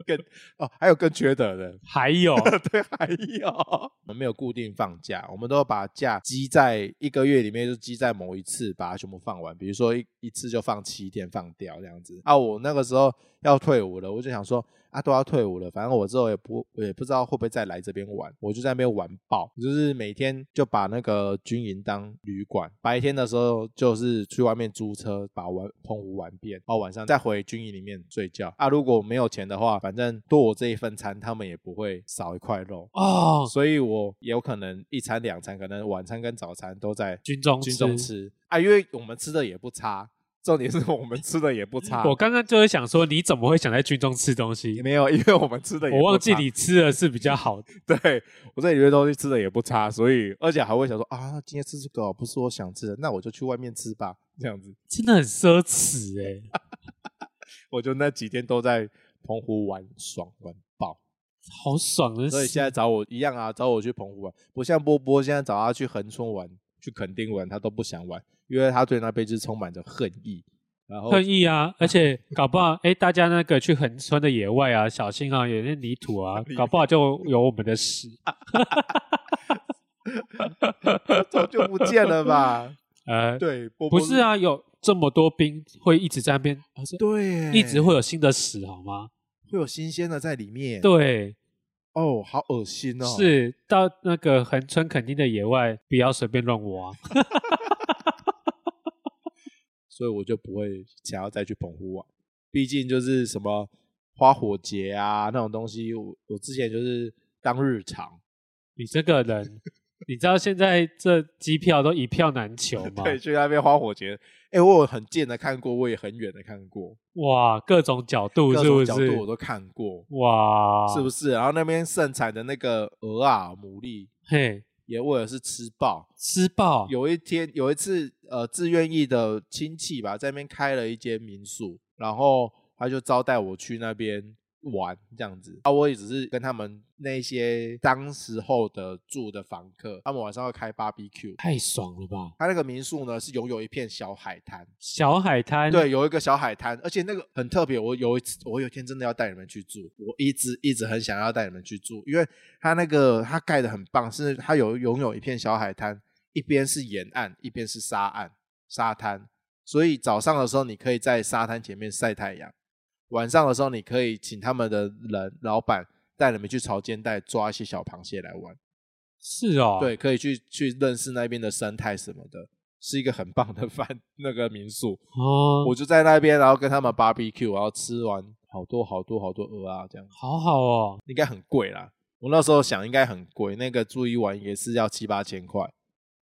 Speaker 2: 更哦，还有更缺德的，
Speaker 1: 还 有
Speaker 2: 对，还有我们没有固定放假，我们都把假积在一个月里面，就积在某一次，把它全部放完。比如说一一次就放七天，放掉这样子。啊，我那个时候要退伍了，我就想说啊，都要退伍了，反正我之后也不我也不知道会不会再来这边玩，我就在那边玩爆，就是每天就把那个军营当旅馆，白天的时候就是去外面租车把玩澎湖玩遍，然后晚上再回军营里面睡觉啊。如果没有钱的话，反正多我这一份餐，他们也不会少一块肉。
Speaker 1: 哦，
Speaker 2: 所以我有可能一餐两餐，可能晚餐跟早餐都在
Speaker 1: 军中
Speaker 2: 军中吃啊，因为我们吃的也不差，重点是我们吃的也不差。
Speaker 1: 我刚刚就是想说，你怎么会想在军中吃东西？
Speaker 2: 没有，因为我们吃的也
Speaker 1: 我忘
Speaker 2: 不
Speaker 1: 记
Speaker 2: 差
Speaker 1: 你吃的是比较好的。
Speaker 2: 对我在里面东西吃的也不差，所以而且还会想说啊，今天吃这个不是我想吃的，那我就去外面吃吧，这样子，
Speaker 1: 真的很奢侈哎、
Speaker 2: 我就那几天都在澎湖玩爽玩爆。
Speaker 1: 好爽的
Speaker 2: 所以
Speaker 1: 事。
Speaker 2: 现在找我一样啊，找我去澎湖玩，不像波波现在找他去恒春玩、去垦丁玩，他都不想玩，因为他对那边就是充满着恨意。然后
Speaker 1: 恨意啊，而且搞不好，哎、大家那个去横村的野外啊，小心啊，有些泥土啊，搞不好就有我们的 屎。
Speaker 2: 早就不见了 吧？
Speaker 1: 呃，
Speaker 2: 对，波波
Speaker 1: 不是，啊，有这么多兵会一直在那边，
Speaker 2: 啊
Speaker 1: 而是
Speaker 2: 对，
Speaker 1: 一直会有新的屎，好吗？
Speaker 2: 会有新鲜的在里面。，
Speaker 1: 对，
Speaker 2: 哦，好恶心哦。
Speaker 1: 是到那个横村垦丁的野外，不要随便乱 挖。
Speaker 2: 所以我就不会想要再去澎湖玩。毕竟就是什么花火节啊那种东西，我我之前就是当日常，
Speaker 1: 你这个人，你知道现在这机票都一票难求吗？
Speaker 2: 对，去那边花火节，哎、我有很近的看过，我也很远的看过，
Speaker 1: 哇，各种角度
Speaker 2: 各
Speaker 1: 是不
Speaker 2: 种角
Speaker 1: 是
Speaker 2: 度？我都看过，
Speaker 1: 哇，
Speaker 2: 是不
Speaker 1: 是？
Speaker 2: 是？然后那边盛产的那个鹅啊、牡蛎，
Speaker 1: 嘿，
Speaker 2: 也我也是吃爆。
Speaker 1: 吃爆！
Speaker 2: 有一天有一次，呃，自愿意的亲戚吧，在那边开了一间民宿，然后他就招待我去那边玩这样子。啊，我也只是跟他们那些当时候的住的房客，他们晚上要开 BBQ。
Speaker 1: 太爽了吧！
Speaker 2: 他那个民宿呢是拥有一片小海滩，
Speaker 1: 小海滩，
Speaker 2: 对，，有一个小海滩，而且那个很特别。我有一次，我有一天真的要带你们去住，我一直一直很想要带你们去住，因为它那个它盖的很棒，是它有拥有一片小海滩，一边是沿岸，一边是沙岸沙滩，所以早上的时候你可以在沙滩前面晒太阳，晚上的时候你可以请他们的人老板带你们去潮间带抓一些小螃蟹来玩，
Speaker 1: 是哦，
Speaker 2: 对，，可以去去认识那边的生态什么的。是一个很棒的 饭那个民宿，
Speaker 1: 哦，
Speaker 2: 我就在那边，然后跟他们 barbecue，然后吃完好多好多好多鹅啊，这样
Speaker 1: 好好哦，
Speaker 2: 应该很贵啦。我那时候想应该很贵，那个住一晚也是要七八千块，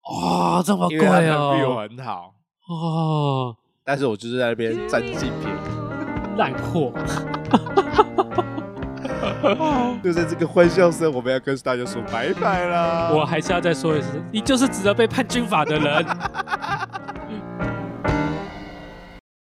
Speaker 1: 哇、这么
Speaker 2: 因
Speaker 1: 贵
Speaker 2: 为它的 view
Speaker 1: 哦，
Speaker 2: 很好。
Speaker 1: 哦，
Speaker 2: 但是我就是在那边占尽便
Speaker 1: 烂货，
Speaker 2: 宜，就在这个欢笑声，我们要跟大家说拜拜啦。
Speaker 1: 我还是要再说一次，你就是值得被判军法的人。